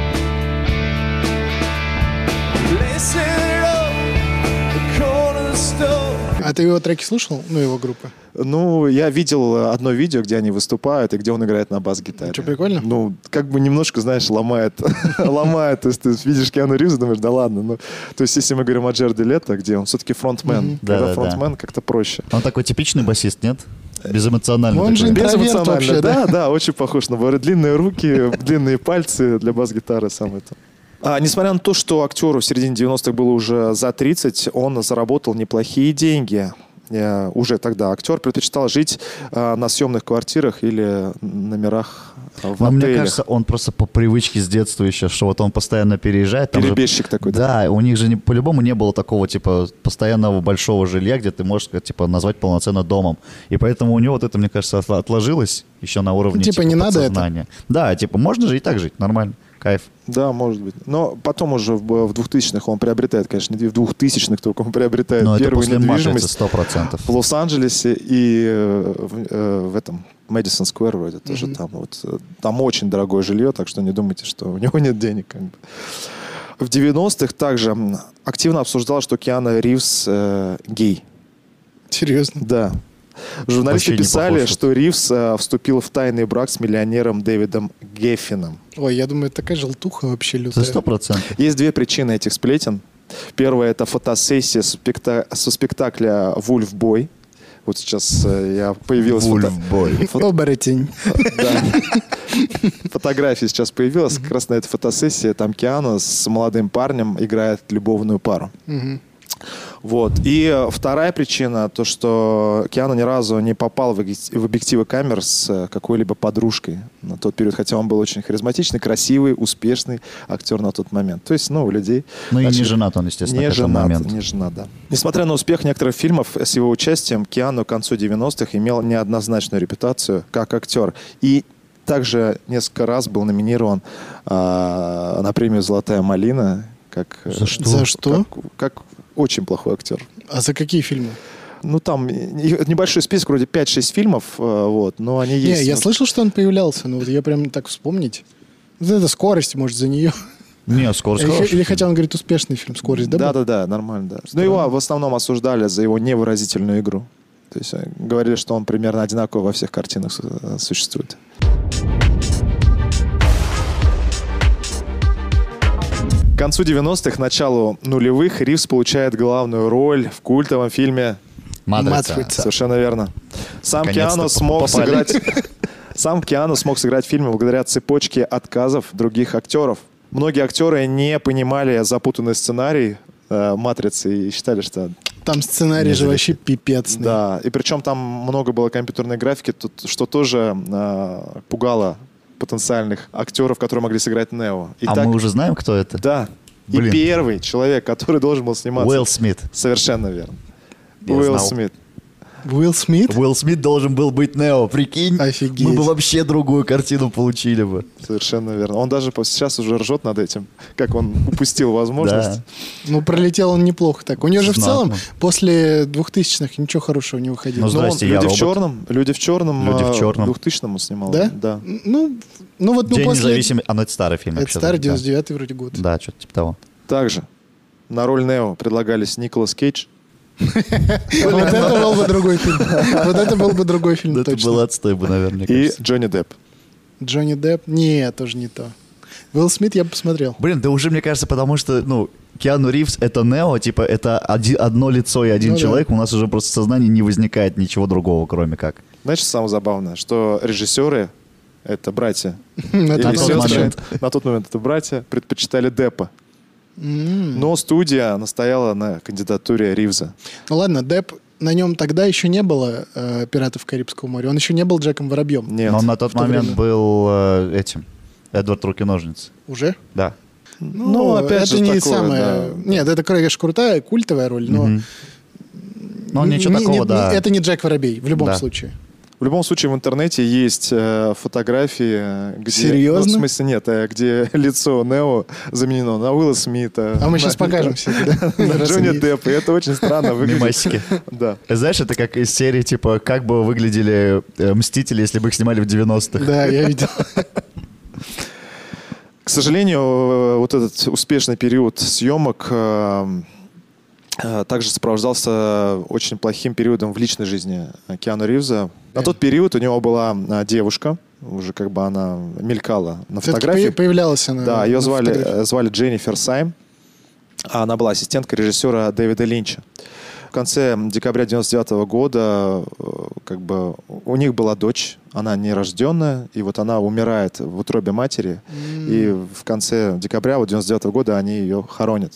Speaker 1: А ты его треки слушал? Ну, его группы.
Speaker 3: Ну, я видел э, одно видео, где они выступают и где он играет на бас-гитаре.
Speaker 1: Ну, чё, прикольно?
Speaker 3: Ну, как бы немножко, знаешь, ломает. ломает. То есть ты видишь Киану Ривза, думаешь, да ладно. Ну, то есть если мы говорим о Джерде Лето, где он все-таки фронтмен.
Speaker 2: Да,
Speaker 3: Когда
Speaker 2: да, да.
Speaker 3: фронтмен, как-то проще.
Speaker 2: Он такой типичный басист, нет? Безэмоциональный.
Speaker 1: Он же
Speaker 2: такой.
Speaker 1: интроверт
Speaker 3: Безэмоционально,
Speaker 1: вообще, да?
Speaker 3: да, очень похож на Бора. Длинные руки, длинные пальцы для бас-гитары самое то. А, несмотря на то, что актеру в середине 90-х было уже за 30, он заработал неплохие деньги. Э, уже тогда актер предпочитал жить э, на съемных квартирах или номерах э, в
Speaker 2: Но мне
Speaker 3: отелях.
Speaker 2: кажется, он просто по привычке с детства еще, что вот он постоянно переезжает. там же-
Speaker 3: Перебежчик такой. да?
Speaker 2: Да, у них же не- по-любому не было такого, типа, постоянного большого жилья, где ты можешь, как, типа, назвать полноценно домом. И поэтому у него вот это, мне кажется, отла- отложилось еще на уровне,
Speaker 1: Типа, не надо это.
Speaker 2: подсознания. Да, типа, можно же и так жить, нормально, кайф.
Speaker 3: Да, может быть. Но потом уже в, в 2000-х он приобретает, конечно, не в 2000-х только он приобретает
Speaker 2: Но это
Speaker 3: Э, первую
Speaker 2: после «Матрицы»
Speaker 3: недвижимость.
Speaker 2: 100%.
Speaker 3: в Лос-Анджелесе и э, в, э, в этом Мэдисон Сквер вроде тоже там вот э, там очень дорогое жилье, так что не думайте, что у него нет денег. как бы. В 90-х также м, активно обсуждал, что Киана Ривз э, гей.
Speaker 1: Серьезно.
Speaker 3: Да.
Speaker 2: Вообще
Speaker 3: Журналисты
Speaker 2: не
Speaker 3: писали,
Speaker 2: похож.
Speaker 3: что Ривз э, вступил в тайный брак с миллионером Дэвидом Геффином.
Speaker 1: Ой, я думаю, это такая желтуха вообще
Speaker 2: За
Speaker 1: лютая.
Speaker 2: 100%.
Speaker 3: Есть две причины этих сплетен. Первая это фотосессия со, спекта- со спектакля Вульф Бой. Вот сейчас э, я появилась фото-
Speaker 2: Вульфбой.
Speaker 1: Оборотень.
Speaker 3: Да. Фотография сейчас появилась. Как раз на этой фотосессии там Киану с молодым парнем играет любовную пару.
Speaker 1: Мгм.
Speaker 3: Вот. И э, вторая причина, то, что Киану ни разу не попал в объек- в объективы камер с э, какой-либо подружкой на тот период, хотя он был очень харизматичный, красивый, успешный актер на тот момент. То есть, ну, у людей...
Speaker 2: Ну и не
Speaker 3: Значит,
Speaker 2: женат он, естественно,
Speaker 3: не
Speaker 2: к этому
Speaker 3: женат,
Speaker 2: моменту.
Speaker 3: Не женат, да. Несмотря на успех некоторых фильмов с его участием, Киану к концу 90-х имел неоднозначную репутацию как актер. И также несколько раз был номинирован а, на премию «Золотая малина». Как, э,
Speaker 2: За что?
Speaker 1: За что?
Speaker 3: Как, как очень плохой актер.
Speaker 1: А за какие фильмы?
Speaker 3: Ну, там э, небольшой список, вроде 5-6 фильмов, э, вот, но они есть.
Speaker 1: Не, я
Speaker 3: Ну,
Speaker 1: слышал, что он появлялся, но вот я прям так вспомнить. Вот это скорость, может, за нее.
Speaker 2: Не,
Speaker 3: Ну,
Speaker 2: скорость
Speaker 1: Или,
Speaker 2: хорошая.
Speaker 1: или хотя он говорит успешный фильм «Скорость», да?
Speaker 3: Да,
Speaker 1: был?
Speaker 3: да, да, нормально, да. Но его в основном осуждали за его невыразительную игру. То есть э, говорили, что он примерно одинаково во всех картинах э, существует. К концу 90-х, началу нулевых, Ривз получает главную роль в культовом фильме
Speaker 1: «Матрица».
Speaker 2: Матрица.
Speaker 3: Совершенно верно. Сам
Speaker 2: Наконец-то
Speaker 3: Киану
Speaker 2: поп-
Speaker 3: смог
Speaker 2: попали.
Speaker 3: сыграть... Сам Киану смог сыграть в фильме благодаря цепочке отказов других актеров. Многие актеры не понимали запутанный сценарий э, «Матрицы» и считали, что...
Speaker 1: Там сценарий
Speaker 2: Не
Speaker 1: же
Speaker 2: зря.
Speaker 1: вообще пипецный.
Speaker 3: Да. И причем там много было компьютерной графики, тут- что тоже э, пугало потенциальных актеров, которые могли сыграть Нео. И
Speaker 2: А
Speaker 3: так-
Speaker 2: мы уже знаем, кто это?
Speaker 3: Да. И
Speaker 2: Блин.
Speaker 3: первый человек, который должен был сниматься.
Speaker 2: Уилл Смит.
Speaker 3: Совершенно верно.
Speaker 2: Я
Speaker 3: Уилл
Speaker 2: знал.
Speaker 3: Смит.
Speaker 1: Уилл Смит?
Speaker 2: Уилл Смит должен был быть Нео, прикинь.
Speaker 1: Офигеть.
Speaker 2: Мы бы вообще другую картину получили бы.
Speaker 3: Совершенно верно. Он даже по- сейчас уже ржет над этим, как он упустил возможность.
Speaker 1: Ну, пролетел он неплохо так. У него же в целом
Speaker 2: Знатно.
Speaker 1: после 2000-х ничего хорошего не выходило.
Speaker 2: Ну,
Speaker 3: Но он-
Speaker 2: здрасте, я
Speaker 3: люди в
Speaker 2: робот.
Speaker 3: черном, люди в черном,
Speaker 2: Люди в
Speaker 3: а,
Speaker 2: черном.
Speaker 3: 2000 он снимал.
Speaker 1: да?
Speaker 3: Да.
Speaker 1: Ну, ну вот ну,
Speaker 2: День
Speaker 1: после...
Speaker 2: независимости. А, ну это старый фильм.
Speaker 1: Это
Speaker 2: вообще,
Speaker 1: старый,
Speaker 2: да.
Speaker 1: 99-й вроде год.
Speaker 2: Да, что-то типа того.
Speaker 3: Также На роль Нео предлагались Николас Кейдж.
Speaker 1: Вот это был бы другой фильм. Вот это был бы другой фильм,
Speaker 2: Ну, Это
Speaker 1: точно.
Speaker 2: был отстой бы, наверное,
Speaker 3: и
Speaker 2: кажется.
Speaker 3: Джонни Депп.
Speaker 1: Джонни Депп? Не, тоже не то. Уилл Смит я бы посмотрел.
Speaker 2: Блин, да уже, мне кажется, потому что, ну, Киану Ривз — это Нео, типа, это оди- одно лицо и один
Speaker 1: Ну да.
Speaker 2: человек, у нас уже просто в сознании не возникает ничего другого, кроме как.
Speaker 3: Знаешь, что самое забавное, что режиссеры это братья.
Speaker 1: Это
Speaker 2: На
Speaker 3: Или
Speaker 2: тот
Speaker 1: просто-
Speaker 3: сестры.
Speaker 2: момент.
Speaker 3: На тот момент это братья предпочитали Деппа.
Speaker 1: М.
Speaker 3: Но студия настояла на кандидатуре Ривза.
Speaker 1: Ну ладно, Депп, на нем тогда еще не было э, «Пиратов Карибского моря». Он еще не был Джеком Воробьем.
Speaker 3: Нет.
Speaker 2: Но он на тот
Speaker 1: в то
Speaker 2: момент
Speaker 1: время.
Speaker 2: был э, этим, Эдвард Руки-Ножницы.
Speaker 1: Уже?
Speaker 2: Да.
Speaker 1: Ну,
Speaker 3: опять
Speaker 1: это
Speaker 3: же
Speaker 1: не
Speaker 3: такое,
Speaker 1: самое...
Speaker 3: да.
Speaker 1: Нет, это, конечно, крутая, культовая роль, но...
Speaker 2: Мгм. Но
Speaker 1: Н-
Speaker 2: Ну, ничего
Speaker 1: не-
Speaker 2: такого,
Speaker 1: не-
Speaker 2: да.
Speaker 1: Это не Джек Воробей, в любом
Speaker 2: Да.
Speaker 1: случае.
Speaker 3: В любом случае в интернете есть э, фотографии, э, где...
Speaker 1: Серьезно?
Speaker 3: Ну, в смысле нет, э, где лицо Нео заменено на Уилла Смита.
Speaker 1: А мы
Speaker 3: на-
Speaker 1: сейчас покажем все это, да?
Speaker 3: На
Speaker 1: Раз
Speaker 3: Джонни
Speaker 1: они-
Speaker 3: Деппа. И это очень странно выглядит.
Speaker 2: Мемасики.
Speaker 3: Да.
Speaker 2: Знаешь, это как из серии, типа, как бы выглядели э, «Мстители», если бы их снимали в 90-х.
Speaker 1: Да, я видел.
Speaker 3: К сожалению, э, вот этот успешный период съемок э, э, также сопровождался очень плохим периодом в личной жизни э, Киану Ривза. На тот период у него была э, девушка, уже как бы она мелькала на
Speaker 1: Всё-таки
Speaker 3: фотографии.
Speaker 1: поя- Появлялась она.
Speaker 3: Да,
Speaker 1: на
Speaker 3: ее звали,
Speaker 1: фотографии.
Speaker 3: э, звали Дженнифер Сайм. А Она была ассистенткой режиссера Дэвида Линча. В конце декабря 99 года э, как бы, у них была дочь, она нерожденная, и вот она умирает в утробе матери. И в конце декабря вот 99 года они ее хоронят.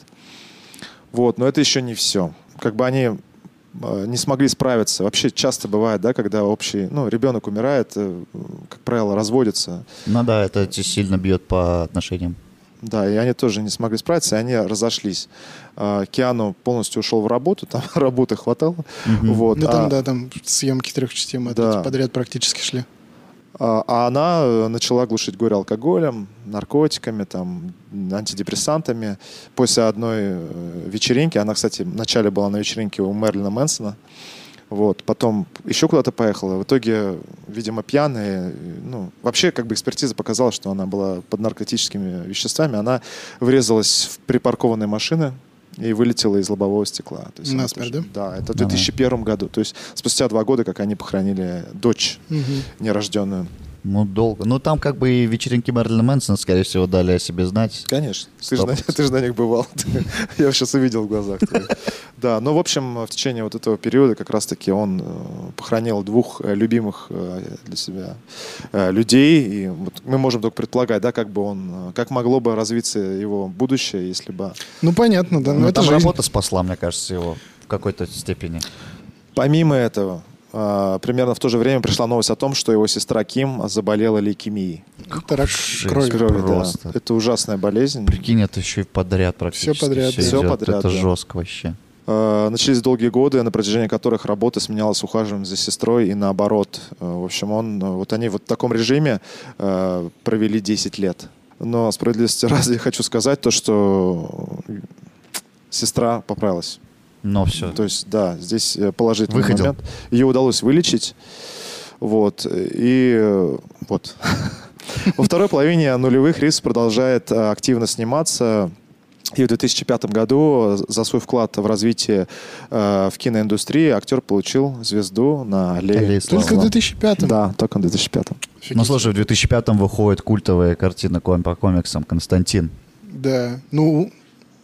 Speaker 3: Вот, но это еще не все. Как бы они э, не смогли справиться. Вообще часто бывает, да, когда общий, ну, ребенок умирает, э, как правило, разводятся.
Speaker 2: Ну да, это те сильно бьет по отношениям.
Speaker 3: Да, и они тоже не смогли справиться, и они разошлись. А, Киану полностью ушел в работу, там работы хватало. Вот,
Speaker 1: Ну
Speaker 3: а,
Speaker 1: там, да, там съемки трех частей мы
Speaker 3: Да.
Speaker 1: опять подряд практически шли.
Speaker 3: а- а она э, начала глушить горе алкоголем, наркотиками, там, м, антидепрессантами. После одной э, вечеринки, она, кстати, вначале была на вечеринке у Мерлина Мэнсона, вот, потом еще куда-то поехала. В итоге, видимо, пьяная. э, Ну, вообще, как бы экспертиза показала, что она была под наркотическими веществами. Она врезалась в припаркованные машины и вылетела из лобового стекла. То есть она
Speaker 1: Насмерть,
Speaker 3: тоже- Да, это в
Speaker 2: Да-да.
Speaker 3: 2001 году. То есть спустя два года, как они похоронили дочь
Speaker 1: Мгм.
Speaker 3: нерожденную.
Speaker 2: Ну, долго. Ну, там как бы и вечеринки Мэрилина Мэнсона, скорее всего, дали о себе знать.
Speaker 3: Конечно. Ты
Speaker 2: Сто
Speaker 3: же, на,
Speaker 2: процентов.
Speaker 3: ты же на них бывал. Ты- Я сейчас увидел в глазах. твоих. Да, но, в общем, в течение вот этого периода как раз-таки он э, похоронил двух э, любимых э, для себя э, людей. И вот мы можем только предполагать, да, как бы он, э, как могло бы развиться его будущее, если бы...
Speaker 1: Ну понятно, да,
Speaker 2: Ну,
Speaker 1: но это
Speaker 2: там
Speaker 1: жизнь.
Speaker 2: работа спасла, мне кажется, его в какой-то степени.
Speaker 3: Помимо этого, э, примерно в то же время пришла новость о том, что его сестра Ким заболела лейкемией.
Speaker 1: Это рак
Speaker 2: Жесть.
Speaker 1: крови.
Speaker 2: Кровь.
Speaker 3: Крови, да.
Speaker 2: Просто.
Speaker 3: Это ужасная болезнь.
Speaker 2: Прикинь, это еще и подряд практически.
Speaker 1: подряд,
Speaker 2: всё
Speaker 1: да.
Speaker 3: Всё
Speaker 2: идёт.
Speaker 3: подряд,
Speaker 2: Это
Speaker 3: да.
Speaker 2: жестко вообще.
Speaker 3: Э, Начались долгие годы, на протяжении которых работа сменялась ухаживанием за сестрой и наоборот. Э, В общем, он, э, вот они вот в таком режиме э, провели 10 лет. Но справедливости ради я хочу сказать то, что э, сестра поправилась.
Speaker 2: Но все.
Speaker 3: Ну, То есть, да, здесь э, положительный
Speaker 2: Выходил.
Speaker 3: момент. Ее удалось вылечить. Вот. И э, вот. Во второй половине нулевых Ривз продолжает э, активно сниматься. И в 2005 году за свой вклад в развитие э, в киноиндустрии актер получил звезду на аллее.
Speaker 2: Аллее славы.
Speaker 1: Только в 2005
Speaker 3: Да, только в 2005
Speaker 2: Ну, слушай, в 2005-м выходит культовая картина ком- по комиксам «Константин».
Speaker 1: Да, ну,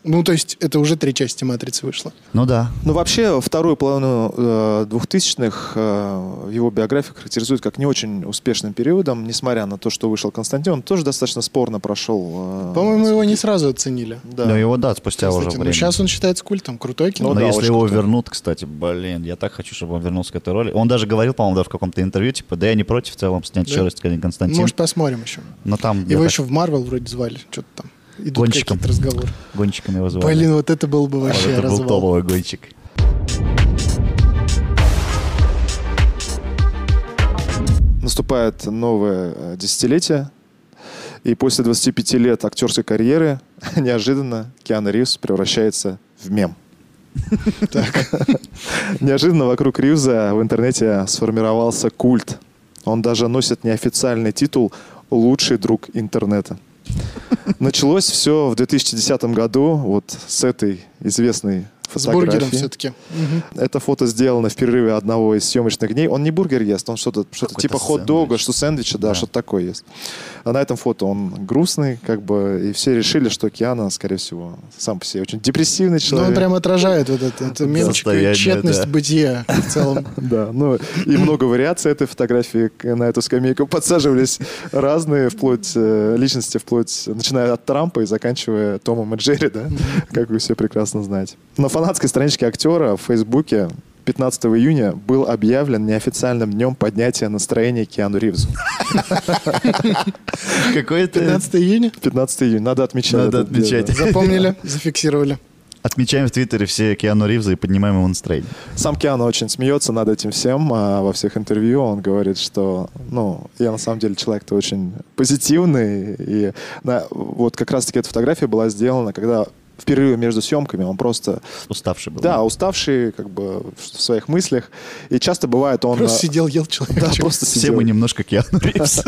Speaker 1: ну, то есть это уже три части «Матрицы» вышло.
Speaker 2: Ну да.
Speaker 3: Ну, вообще, вторую половину э, 2000-х э, его биография характеризует как не очень успешным периодом, несмотря на то, что вышел Константин, он тоже достаточно спорно прошел. э,
Speaker 1: По-моему, его не сразу оценили.
Speaker 3: да.
Speaker 2: Но его, да, спустя
Speaker 1: Кстати,
Speaker 2: уже
Speaker 1: ну,
Speaker 2: время.
Speaker 1: сейчас он считается культом, крутой кино.
Speaker 2: Но
Speaker 3: Ну да,
Speaker 2: если
Speaker 3: очень
Speaker 2: его
Speaker 3: круто.
Speaker 2: вернут, кстати, блин, я так хочу, чтобы он вернулся к этой роли. Он даже говорил, по-моему, да, в каком-то интервью, типа, да я не против в целом снять
Speaker 1: Да.
Speaker 2: еще раз Константин.
Speaker 1: Может, посмотрим еще.
Speaker 2: Но там я
Speaker 1: Его
Speaker 2: так,
Speaker 1: еще в Марвел вроде звали, что-то там. Идут
Speaker 2: Гонщиком.
Speaker 1: какие-то разговоры.
Speaker 2: гонщиком его звали. А
Speaker 1: Блин, вот это был бы
Speaker 2: Вот
Speaker 1: вообще
Speaker 2: это был
Speaker 1: развал.
Speaker 2: топовый гонщик.
Speaker 3: Наступает новое э, десятилетие, и после 25 лет актерской карьеры неожиданно Киану Ривз превращается в мем. Неожиданно вокруг Ривза в интернете сформировался культ. Он даже носит неофициальный титул «Лучший друг интернета». Началось все в 2010 году вот с этой известной
Speaker 1: С бургером
Speaker 3: фотографии.
Speaker 1: все-таки.
Speaker 3: Это фото сделано в перерыве одного из съемочных дней. Он не бургер ест, он что-то что
Speaker 2: Какой-то
Speaker 3: типа хот-дога,
Speaker 2: сэндвич.
Speaker 3: что сэндвича, да, что-то такое есть. А на этом фото он грустный, как бы, и все решили, что Киана, скорее всего, сам по себе очень депрессивный
Speaker 1: Но
Speaker 3: человек.
Speaker 1: Ну, он прям отражает вот это, это мелочь,
Speaker 2: Состояние,
Speaker 1: тщетность
Speaker 2: да.
Speaker 1: бытия в целом.
Speaker 3: Да, ну и много вариаций этой фотографии. К- На эту скамейку подсаживались разные, вплоть э, личности, вплоть, начиная от Трампа и заканчивая Томом и Джерри, да, как вы все прекрасно знаете. На фанатской страничке актера в Фейсбуке 15 июня был объявлен неофициальным днем поднятия настроения Киану Ривзу.
Speaker 2: Какой-то...
Speaker 1: 15 июня.
Speaker 3: 15 июня, надо отмечать.
Speaker 2: Надо
Speaker 3: этот день,
Speaker 2: отмечать.
Speaker 3: да.
Speaker 1: Запомнили, зафиксировали.
Speaker 2: Отмечаем в Твиттере все Киану Ривза и поднимаем ему настроение.
Speaker 3: Сам Киану очень смеется над этим всем а, во всех интервью. Он говорит, что, ну, я на самом деле человек-то очень позитивный. И на- вот как раз-таки эта фотография была сделана, когда в перерыве между съемками он просто,
Speaker 2: Уставший был.
Speaker 3: да, уставший, как бы в своих мыслях. И часто бывает он...
Speaker 1: Просто
Speaker 3: а,
Speaker 1: сидел, ел человек.
Speaker 3: да, просто
Speaker 2: Все
Speaker 3: сидел.
Speaker 2: мы немножко Киану Ривз.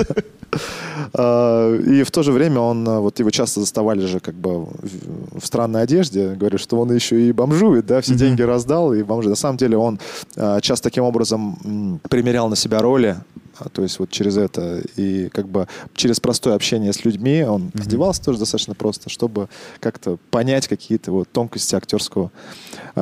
Speaker 3: А, И в то же время он, а, вот его часто заставали же как бы в в странной одежде, говорят, что он еще и бомжует, да, все деньги раздал и бомжи. На самом деле он а, часто таким образом м, примерял на себя роли, а, то есть вот через это и как бы через простое общение с людьми он одевался тоже достаточно просто, чтобы как-то понять какие-то вот тонкости актерского а,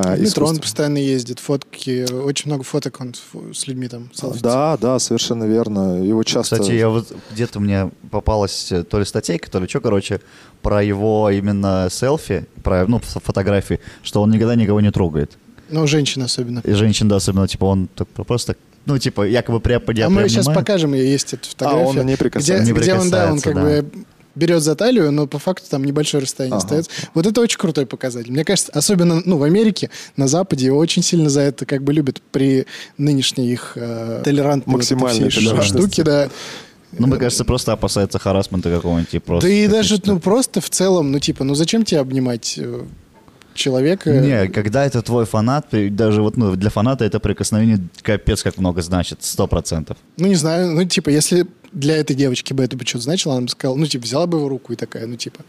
Speaker 1: В метро он
Speaker 3: искусства.
Speaker 1: постоянно ездит, фотки, очень много фоток он с- с людьми там. селфи.
Speaker 3: А, Да, да, совершенно верно. Его часто...
Speaker 2: Кстати, я вот где-то мне попалась э, то ли статейка, то ли что, короче, про его именно селфи, про ну, фо- фотографии, что он никогда никого не трогает.
Speaker 1: Ну, женщин особенно.
Speaker 2: И женщин, да, особенно, типа, он так просто, ну, типа, якобы прям
Speaker 1: а мы сейчас покажем, ее есть эта фотография.
Speaker 3: А, он не прикасается.
Speaker 1: Где,
Speaker 2: Не
Speaker 1: где он, да, он как
Speaker 2: прикасается,
Speaker 1: бы берет за талию, но по факту там небольшое расстояние
Speaker 3: Ага.
Speaker 1: остается. Вот это очень крутой показатель. Мне кажется, особенно ну, в Америке, на Западе его очень сильно за это как бы любят при нынешней их э, толерантной вот этой
Speaker 3: Максимальной
Speaker 1: всей
Speaker 3: толерантности.
Speaker 1: штуке, да.
Speaker 2: Ну, мне кажется, просто опасается харасмента какого-нибудь. и просто
Speaker 1: Да и
Speaker 2: такие,
Speaker 1: даже,
Speaker 2: что-
Speaker 1: ну, просто в целом, ну, типа, ну, зачем тебе обнимать э, человека?
Speaker 2: Не, когда это твой фанат, при- даже вот ну, для фаната это прикосновение капец как много значит, сто процентов.
Speaker 1: Ну, не знаю, ну, типа, если для этой девочки бы это бы что-то значило, она бы сказала, ну, типа, взяла бы его руку и такая, ну, типа,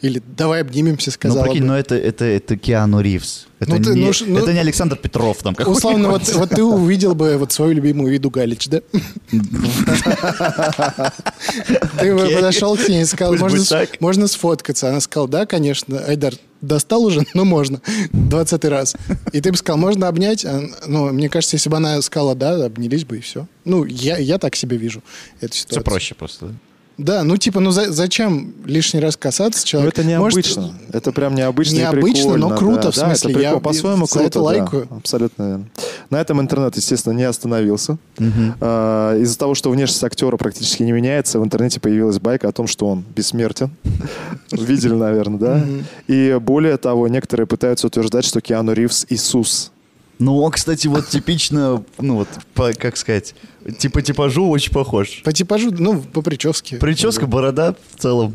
Speaker 1: или давай обнимемся,
Speaker 2: Ну,
Speaker 1: сказала
Speaker 2: прикинь,
Speaker 1: бы.
Speaker 2: но это, это, это Киану Ривз. Это,
Speaker 1: Ну, ты-
Speaker 2: не,
Speaker 1: ну, ш- ну-
Speaker 2: это не Александр Петров там какой-нибудь.
Speaker 1: Условно, вот, вот ты увидел бы вот свою любимую Иду Галич, да? Ты бы
Speaker 2: Окей.
Speaker 1: подошел к ней и сказал,
Speaker 2: Пусть
Speaker 1: можно,
Speaker 2: будет
Speaker 1: с-
Speaker 2: так.
Speaker 1: можно сфоткаться. Она сказала, да, конечно. Айдар, достал уже? Ну, можно. Двадцатый раз. И ты бы сказал, можно обнять? А, Ну, мне кажется, если бы она сказала, да, обнялись бы и все. Ну, я, я так себе вижу эту
Speaker 2: Все
Speaker 1: ситуацию.
Speaker 2: проще просто. да?
Speaker 1: Да, ну, типа, ну, за- зачем лишний раз касаться
Speaker 3: Ну,
Speaker 1: человека?
Speaker 3: это
Speaker 1: Может,
Speaker 3: необычно. это прям необычно. и
Speaker 1: Необычно,
Speaker 3: прикольно,
Speaker 1: но круто,
Speaker 3: да.
Speaker 1: в
Speaker 3: Да, это
Speaker 1: смысле,
Speaker 3: прикольно.
Speaker 1: я
Speaker 3: по-своему
Speaker 1: за
Speaker 3: круто,
Speaker 1: это
Speaker 3: да.
Speaker 1: лайкаю.
Speaker 3: Абсолютно верно. На этом интернет, естественно, не остановился. А, Из-за того, что внешность актера практически не меняется, в интернете появилась байка о том, что он бессмертен. Видели, наверное, да? И более того, некоторые пытаются утверждать, что Киану Ривз Иисус.
Speaker 2: Ну, он, кстати, вот типично, ну вот, по- как сказать, типа типажу очень похож.
Speaker 1: По типажу, ну, по прическе.
Speaker 2: Прическа, борода в целом.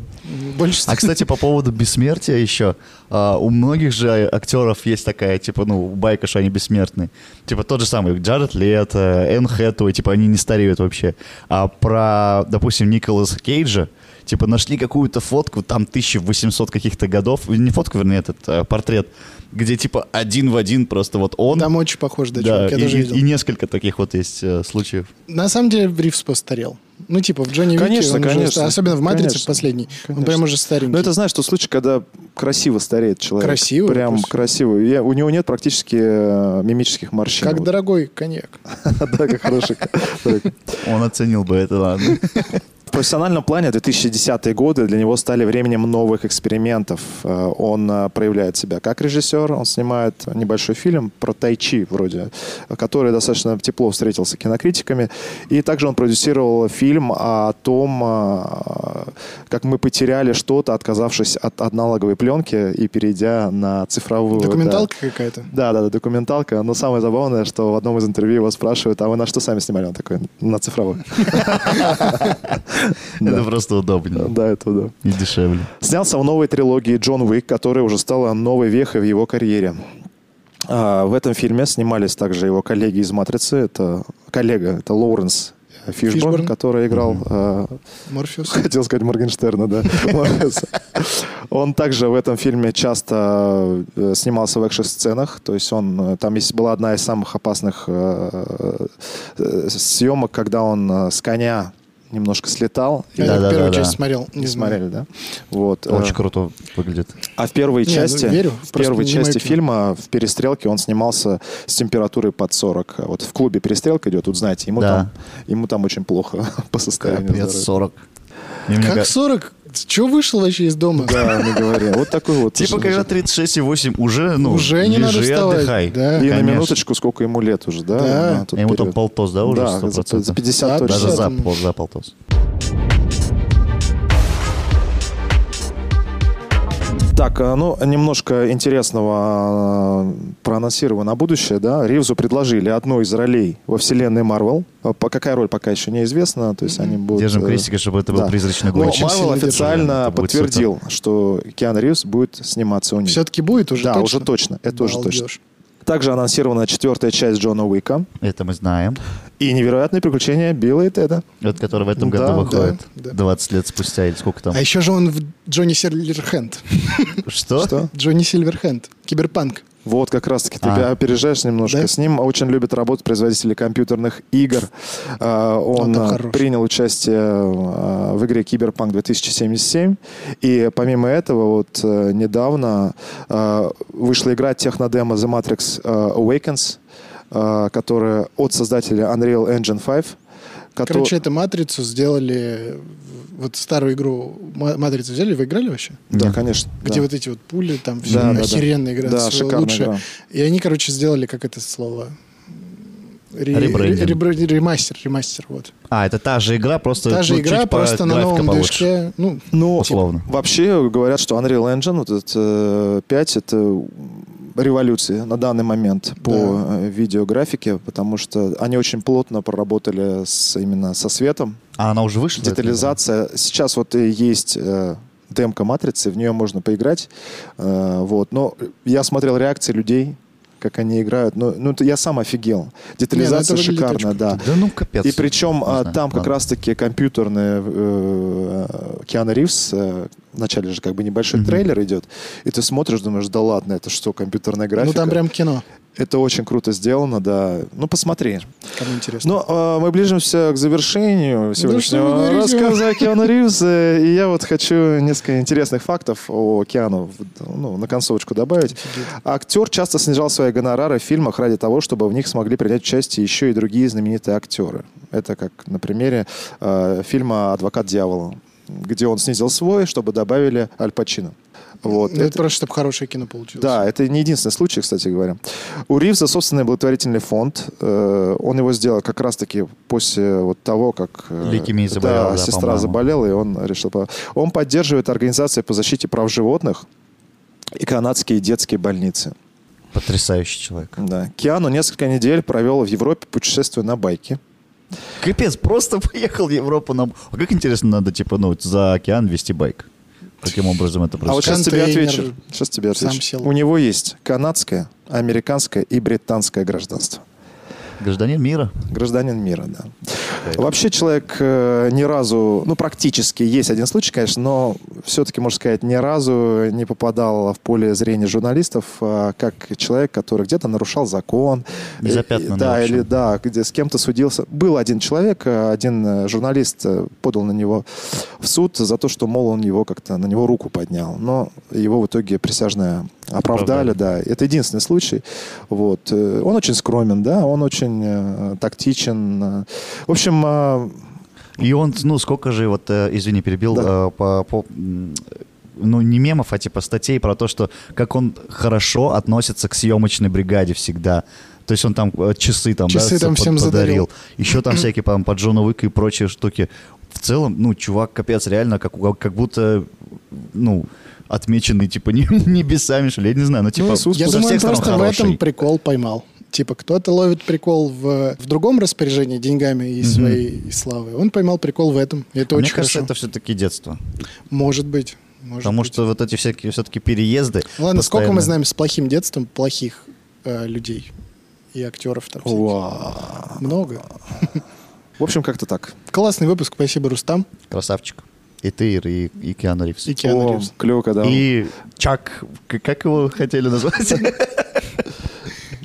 Speaker 1: Больше...
Speaker 2: А, кстати, по поводу бессмертия еще. а, у многих же актеров есть такая, типа, ну, байка, что они бессмертны. Типа тот же самый Джаред Лето, Энн Хэтэуэй, типа, они не стареют вообще. А про, допустим, Николаса Кейджа, типа, нашли какую-то фотку, там 1800 каких-то годов, не фотку, вернее, этот э, портрет, где, типа, один в один просто вот он.
Speaker 1: Там очень похож, да,
Speaker 2: Да,
Speaker 1: чувак, я
Speaker 2: и,
Speaker 1: тоже
Speaker 2: и-
Speaker 1: видел.
Speaker 2: и несколько таких вот есть э, случаев.
Speaker 1: На самом деле Ривз постарел. Ну, типа, в Джонни Вике
Speaker 3: Конечно,
Speaker 1: он уже
Speaker 3: конечно.
Speaker 1: ста- особенно в «Матрице»
Speaker 3: Конечно.
Speaker 1: в последней.
Speaker 3: Конечно.
Speaker 1: Он прям уже старенький.
Speaker 3: Но это, знаешь, тот случай, когда красиво стареет человек.
Speaker 1: Красиво,
Speaker 3: Прям
Speaker 1: конечно.
Speaker 3: красиво. Я- у него нет практически э, мимических морщин.
Speaker 1: Как
Speaker 3: Вот.
Speaker 1: дорогой коньяк. А
Speaker 3: Да, как хороший. Так.
Speaker 2: Он оценил бы это, ладно.
Speaker 3: В профессиональном плане 2010-е годы для него стали временем новых экспериментов. Э, Он э, проявляет себя как режиссер, он снимает небольшой фильм про тайчи вроде, который достаточно тепло встретился кинокритиками. И также он продюсировал фильм о том, э, как мы потеряли что-то, отказавшись от аналоговой пленки и перейдя на цифровую. да.
Speaker 1: Документалка какая-то.
Speaker 3: Да, да, да, документалка. Но самое забавное, что в одном из интервью его спрашивают, а вы на что сами снимали? Он такой, на цифровой.
Speaker 2: Это просто удобнее
Speaker 3: Да, это да.
Speaker 2: и дешевле.
Speaker 3: Снялся в новой трилогии Джон Уик, которая уже стала новой вехой в его карьере. А, В этом фильме снимались также его коллеги из «Матрицы». Это коллега, это Лоуренс Фишборн,
Speaker 1: Фишборн.
Speaker 3: который играл э,
Speaker 1: Морфеус.
Speaker 3: Хотел сказать Моргенштерна, да. Молодец. Он также в этом фильме часто э, снимался в экшн-сценах. То есть он, э, там есть, была одна из самых опасных э, э, съемок, когда он э, с коня немножко слетал.
Speaker 1: Я
Speaker 2: Да,
Speaker 1: только
Speaker 2: да,
Speaker 1: первую
Speaker 2: да, да.
Speaker 1: часть смотрел.
Speaker 3: Не смотрели, да? Вот. э,
Speaker 2: Очень круто выглядит.
Speaker 3: а в первой
Speaker 1: Не, ну,
Speaker 3: части,
Speaker 1: верю,
Speaker 3: в
Speaker 1: просто
Speaker 3: первой
Speaker 1: не
Speaker 3: части
Speaker 1: мое кино.
Speaker 3: фильма в перестрелке он снимался с температурой под 40. А Вот в клубе перестрелка идет, вот знаете, ему,
Speaker 2: Да.
Speaker 3: там, ему там очень плохо по состоянию
Speaker 2: Капец,
Speaker 3: здоровья.
Speaker 2: 40. И мне
Speaker 1: Как
Speaker 2: кажется,
Speaker 1: 40? Чего вышел вообще из дома?
Speaker 3: Да, не говори. Вот такой вот.
Speaker 2: Типа,
Speaker 3: слушай,
Speaker 2: когда 36,8 уже, ну,
Speaker 1: Уже не надо
Speaker 2: лежи,
Speaker 1: вставать,
Speaker 2: отдыхай.
Speaker 1: да.
Speaker 3: И на
Speaker 2: Конечно.
Speaker 3: минуточку, сколько ему лет уже, да?
Speaker 1: Да.
Speaker 3: На тот
Speaker 2: Ему там
Speaker 3: период.
Speaker 2: полтос, да, уже?
Speaker 3: Да, за-
Speaker 2: 100%?
Speaker 3: за 50
Speaker 1: Да,
Speaker 3: точно.
Speaker 2: Даже за,
Speaker 1: там.
Speaker 2: пол- за полтос.
Speaker 3: Так, а, ну, немножко интересного а, проанонсировано на будущее, да? Ривзу предложили одну из ролей во вселенной Марвел. А, по- Какая роль пока еще неизвестна, то есть они будут...
Speaker 2: Держим
Speaker 3: э,
Speaker 2: крестики, чтобы это был
Speaker 3: да.
Speaker 2: призрачный
Speaker 3: Но
Speaker 1: Очень
Speaker 2: гонщик.
Speaker 3: Марвел
Speaker 1: сильно держим.
Speaker 3: официально
Speaker 2: Это будет
Speaker 3: подтвердил, что Киану Ривз будет сниматься у них.
Speaker 1: Все-таки будет уже
Speaker 3: да,
Speaker 1: точно?
Speaker 3: уже точно, это уже точно.
Speaker 1: Балдеж.
Speaker 3: Также анонсирована четвертая часть Джона Уика
Speaker 2: Это мы знаем.
Speaker 3: и невероятные приключения Билла и Теда.
Speaker 2: Вот который в этом
Speaker 3: Да,
Speaker 2: году
Speaker 3: да,
Speaker 2: выходит.
Speaker 1: да.
Speaker 2: 20 лет спустя или сколько там.
Speaker 1: А еще же он в Джонни Сильверхенд.
Speaker 2: Что?
Speaker 3: Что?
Speaker 1: Джонни Сильверхенд. Киберпанк.
Speaker 3: Вот, как раз-таки ты
Speaker 2: А.
Speaker 3: опережаешь немножко.
Speaker 1: Да?
Speaker 3: С ним А очень любят работать производители компьютерных игр. А, Он
Speaker 1: Он Ну, там
Speaker 3: а,
Speaker 1: хорош.
Speaker 3: принял участие а, в игре Cyberpunk 2077. И помимо этого, вот э, недавно а, вышла игра технодемо The Matrix а, Awakens, а, которая от создателя Unreal Engine 5. кото-
Speaker 1: Короче, это «Матрицу» сделали... Вот старую игру «Ма- «Матрицу» взяли, вы играли вообще?
Speaker 3: Да, конечно.
Speaker 1: Где
Speaker 3: да.
Speaker 1: вот эти вот пули, там все
Speaker 3: Да, да, да.
Speaker 1: охеренная игра.
Speaker 3: Да,
Speaker 1: всё
Speaker 3: шикарная
Speaker 1: лучшее.
Speaker 3: игра.
Speaker 1: И они, короче, сделали, как это слово... Ре-
Speaker 2: Ребрендинг.
Speaker 1: ре- ребр- ремастер, ремастер, вот.
Speaker 2: А, это та же игра, просто...
Speaker 1: Та же
Speaker 2: ну,
Speaker 1: игра,
Speaker 2: чуть по-
Speaker 1: просто на
Speaker 2: графика
Speaker 1: новом
Speaker 2: получше.
Speaker 1: движке. Ну,
Speaker 3: Ну,
Speaker 2: Условно.
Speaker 3: Вообще говорят, что Unreal Engine вот этот, э, 5 это м, революция на данный момент по
Speaker 1: Да.
Speaker 3: э, видеографике, потому что они очень плотно проработали с, именно со светом.
Speaker 2: А она уже вышла?
Speaker 3: Детализация. Сейчас вот и есть э, демка матрицы, в нее можно поиграть. Э, вот. Но я смотрел реакции людей, как они играют. Ну, ну, это я сам офигел. Детализация
Speaker 1: выглядит
Speaker 3: шикарная,
Speaker 1: очень
Speaker 3: да.
Speaker 2: Да ну капец.
Speaker 3: И причем
Speaker 2: Не
Speaker 3: а,
Speaker 2: знаю,
Speaker 3: там как
Speaker 2: ладно.
Speaker 3: раз-таки компьютерные э, Киану Ривз, э, вначале же как бы небольшой
Speaker 2: Мгм.
Speaker 3: трейлер идет, и ты смотришь, думаешь, да ладно, это что, компьютерная графика?
Speaker 1: ну, там прям кино,
Speaker 3: Это очень круто сделано, да. Ну, посмотри.
Speaker 1: кому интересно. Ну,
Speaker 3: Ну, а, мы ближимся к завершению
Speaker 1: что
Speaker 3: сегодняшнего
Speaker 1: вы говорите?
Speaker 3: рассказа о Киану Ривзе, и я вот хочу несколько интересных фактов о Киану в- ну, на концовочку добавить. Актер часто снижал свои гонорары в фильмах ради того, чтобы в них смогли принять участие еще и другие знаменитые актеры. Это как на примере э, фильма «Адвокат дьявола», где он снизил свой, чтобы добавили Аль Пачино. Вот.
Speaker 1: Ну, это, просто, чтобы хорошее кино получилось.
Speaker 3: Да, это не единственный случай, кстати говоря. У Ривза собственный благотворительный фонд. Э, Он его сделал как раз-таки после вот того, как... э,
Speaker 2: Лейкемией
Speaker 3: да,
Speaker 2: заболела, да,
Speaker 3: сестра
Speaker 2: по-моему.
Speaker 3: заболела, и он решил... по- Он поддерживает организации по защите прав животных и канадские детские больницы.
Speaker 2: Потрясающий человек.
Speaker 3: Да. Киану несколько недель провел в Европе путешествие на байке.
Speaker 2: Капец, просто поехал в Европу нам. А как интересно, надо, типа, ну, за океан вести байк. Каким образом это
Speaker 3: А вот
Speaker 2: происходит?
Speaker 3: сейчас тебе
Speaker 1: Контейнер
Speaker 3: отвечу. Сейчас тебе
Speaker 1: сам
Speaker 3: отвечу.
Speaker 1: сел.
Speaker 3: У него есть канадское, американское и британское гражданство.
Speaker 2: Гражданин мира.
Speaker 3: Гражданин мира, да.
Speaker 2: Так.
Speaker 3: Вообще человек э, ни разу, ну практически есть один случай, конечно, но все-таки, можно сказать, ни разу не попадал в поле зрения журналистов э, как человек, который где-то нарушал закон.
Speaker 2: Незапятнанный,
Speaker 3: Э, Да,
Speaker 2: в общем.
Speaker 3: или да, где с кем-то судился. Был один человек, э, один э, журналист э, подал на него в суд за то, что, мол, он его как-то на него руку поднял. Но его в итоге присяжная оправдали,
Speaker 2: Оправдали.
Speaker 3: да. Это единственный случай. Вот. Э, Он очень скромен, да, он очень э, тактичен. э. В общем, э,
Speaker 2: И он, ну, сколько же, вот, э, извини, перебил,
Speaker 3: Да.
Speaker 2: э, по, по, м, ну, не мемов, а типа статей про то, что как он хорошо относится к съемочной бригаде всегда. То есть он там э, часы там,
Speaker 1: Часы
Speaker 2: да,
Speaker 1: там
Speaker 2: под-
Speaker 1: всем
Speaker 2: подарил.
Speaker 1: задарил.
Speaker 2: Еще там всякие, по-моему, по Джону Уику и прочие штуки. В целом, ну, чувак, капец, реально, как, у- как будто, ну, отмеченный, типа, не- небесами, что ли, я не знаю, ну, типа,
Speaker 3: Ну, Иисус
Speaker 2: со
Speaker 1: Я думаю, он
Speaker 2: всех сторон
Speaker 1: просто в
Speaker 2: хороший.
Speaker 1: этом прикол поймал. Типа, кто-то ловит прикол в, в другом распоряжении деньгами и своей славой. Он поймал прикол в этом. И это
Speaker 2: Мне
Speaker 1: очень
Speaker 2: кажется,
Speaker 1: хорошо.
Speaker 2: это все-таки детство.
Speaker 1: Может быть. Может
Speaker 2: Потому
Speaker 1: быть.
Speaker 2: что вот эти всякие все-таки переезды.
Speaker 1: Ладно, сколько мы
Speaker 2: постоянно-
Speaker 1: знаем с плохим детством плохих э, людей и актеров там всяких?
Speaker 3: ва.
Speaker 1: Много.
Speaker 3: В общем, как-то так.
Speaker 1: Классный выпуск, спасибо, Рустам.
Speaker 2: Красавчик. И ты, и, и Киану Ривз.
Speaker 1: И Киану
Speaker 3: О,
Speaker 1: Ривз.
Speaker 3: клево, когда он-
Speaker 2: И Чак, к- как его хотели назвать?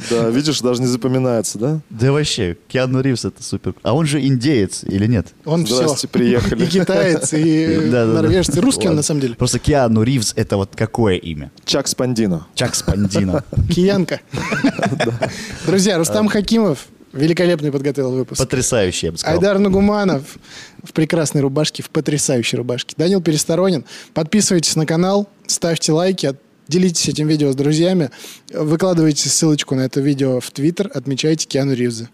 Speaker 3: Да, видишь, даже не запоминается, да?
Speaker 2: Да вообще, Киану Ривз это супер. А он же индеец или нет?
Speaker 1: Он
Speaker 3: Здрасте,
Speaker 1: все.
Speaker 3: приехали.
Speaker 1: И китаец, и
Speaker 2: Да, да, да.
Speaker 1: Э, норвежец, и русский он
Speaker 2: Ладно.
Speaker 1: на самом деле.
Speaker 2: Просто Киану Ривз это вот какое имя?
Speaker 3: Чак Спандино.
Speaker 2: Чак Спандино.
Speaker 1: Киянка. Друзья, Рустам Хакимов великолепный подготовил выпуск.
Speaker 2: Потрясающе, я бы сказал.
Speaker 1: Айдар Нагуманов в прекрасной рубашке, в потрясающей рубашке. Данил Пересторонин. Подписывайтесь на канал, ставьте лайки, от- делитесь этим видео с друзьями, выкладывайте ссылочку на это видео в Твиттер, отмечайте Киану Ривза.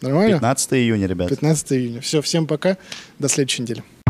Speaker 1: Нормально?
Speaker 2: 15 июня, ребят.
Speaker 1: 15 июня. Все, всем пока. До следующей недели.